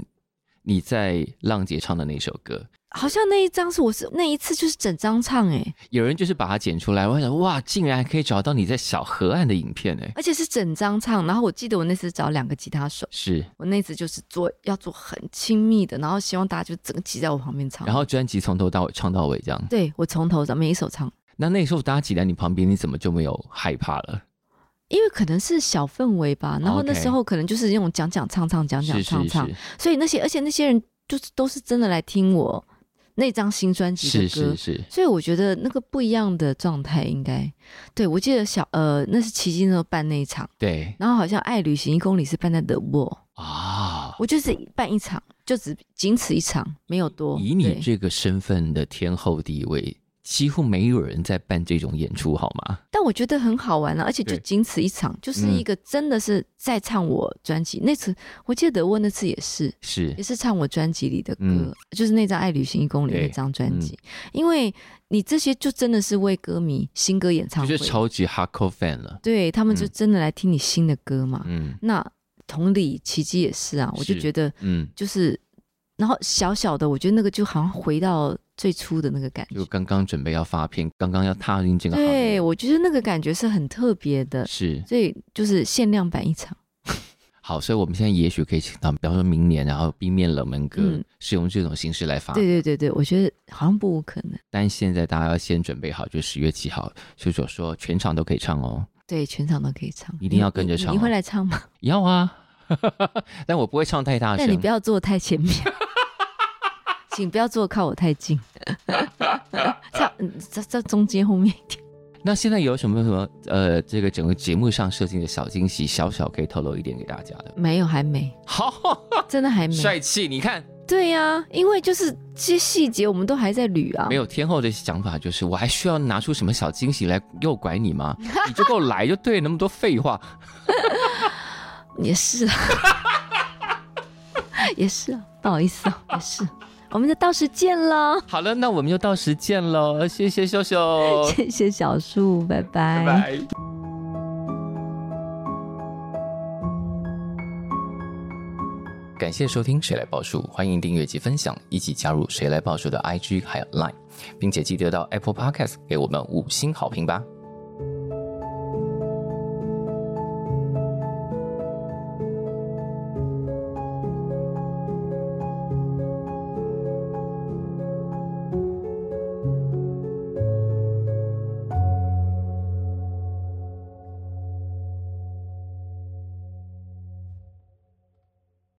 [SPEAKER 1] 你在浪姐唱的那首歌。
[SPEAKER 2] 好像那一张是我是那一次就是整张唱哎、
[SPEAKER 1] 有人就是把它剪出来，我想哇，竟然还可以找到你在小河岸的影片呢、
[SPEAKER 2] 而且是整张唱，然后我记得我那次找两个吉他手。
[SPEAKER 1] 是，
[SPEAKER 2] 我那次就是做要做很亲密的，然后希望大家就整个挤在我旁边唱。
[SPEAKER 1] 然后专辑从头到尾唱到尾这样。
[SPEAKER 2] 对我从头咱们一首唱，
[SPEAKER 1] 那那时候大家挤在你旁边，你怎么就没有害怕了？
[SPEAKER 2] 因为可能是小氛围吧。然后
[SPEAKER 1] OK
[SPEAKER 2] 那时候可能就是那种讲讲唱唱讲讲
[SPEAKER 1] 是
[SPEAKER 2] 唱
[SPEAKER 1] 是
[SPEAKER 2] 唱，
[SPEAKER 1] 是
[SPEAKER 2] 所以那些而且那些人就是都是真的来听我那张新专辑的
[SPEAKER 1] 是
[SPEAKER 2] 歌。
[SPEAKER 1] 是是，
[SPEAKER 2] 所以我觉得那个不一样的状态应该，对我记得小呃那是奇迹那时候办那一场，
[SPEAKER 1] 对
[SPEAKER 2] 然后好像爱旅行一公里是办在 The Wall，
[SPEAKER 1] 啊。
[SPEAKER 2] 我就是办一场，就只仅此一场，没有多。
[SPEAKER 1] 以你
[SPEAKER 2] 对
[SPEAKER 1] 这个身份的天后地位，几乎没有人在办这种演出，好吗？
[SPEAKER 2] 但我觉得很好玩了、啊而且就
[SPEAKER 1] 对嗯
[SPEAKER 2] 仅此一场，就是一个真的是在唱我专辑、那次，我记得德沃那次也是，
[SPEAKER 1] 是
[SPEAKER 2] 也是唱我专辑里的歌，
[SPEAKER 1] 嗯
[SPEAKER 2] 就是那张《爱旅行一公里》
[SPEAKER 1] 对嗯
[SPEAKER 2] 那张专辑、因为你这些就真的是为歌迷新歌演唱
[SPEAKER 1] 就
[SPEAKER 2] 会，
[SPEAKER 1] 是超级 hardcore fan 了。
[SPEAKER 2] 对他们就
[SPEAKER 1] 嗯
[SPEAKER 2] 真的来听你新的歌嘛。
[SPEAKER 1] 嗯
[SPEAKER 2] 那同理，奇迹也是啊，我就是觉得
[SPEAKER 1] 嗯，
[SPEAKER 2] 就是，然后小小的，我觉得那个就好像回到最初的那个感
[SPEAKER 1] 嗯
[SPEAKER 2] 觉
[SPEAKER 1] 就。刚刚准备要发片，刚刚要踏进这个行
[SPEAKER 2] 对，
[SPEAKER 1] 业，
[SPEAKER 2] 我觉得那个感觉是很特别的，
[SPEAKER 1] 是
[SPEAKER 2] 所以就是限量版一场。
[SPEAKER 1] 好，所以我们现在也许可以请到，比方说明年，啊然后 B 面冷门歌、
[SPEAKER 2] 嗯
[SPEAKER 1] 是用这种形式来发，
[SPEAKER 2] 对对对对，我觉得好像不无可能。
[SPEAKER 1] 但现在大家要先准备好，就十月七号，秀秀说全场都可以唱哦，
[SPEAKER 2] 对，全场都可以唱，
[SPEAKER 1] 一定要
[SPEAKER 2] 你
[SPEAKER 1] 跟着
[SPEAKER 2] 你
[SPEAKER 1] 唱
[SPEAKER 2] 你会
[SPEAKER 1] 哦
[SPEAKER 2] 来唱吗？
[SPEAKER 1] 要啊， 但我不会唱太大
[SPEAKER 2] 但你
[SPEAKER 1] 声
[SPEAKER 2] 不，要坐太前面，请不要坐靠我 太近，唱嗯在在中间后面一点。
[SPEAKER 1] 那现在有什么什么呃，这个整个节目上设计的小惊喜，小小可以透露一点给大家的。
[SPEAKER 2] 没有，还没，
[SPEAKER 1] 好
[SPEAKER 2] 真的还没。
[SPEAKER 1] 帅气，你看，
[SPEAKER 2] 对呀、因为就是这些细节我们都还在捋啊。
[SPEAKER 1] 没有天后的想法就是，我还需要拿出什么小惊喜来诱拐你吗？你就给我来就对了，那么多废话。
[SPEAKER 2] 也是啊，也是啊，不好意思啊，也是。我们就到时见了，
[SPEAKER 1] 好了，那我们就到时见喽，谢谢秀秀，
[SPEAKER 2] 谢谢小树，拜
[SPEAKER 1] 拜
[SPEAKER 2] 拜。
[SPEAKER 1] 拜。感谢收听《谁来报数》，欢迎订阅及分享，一起加入《谁来报数》的 IG 还有 Line，并且记得到 Apple Podcast 给我们五星好评吧。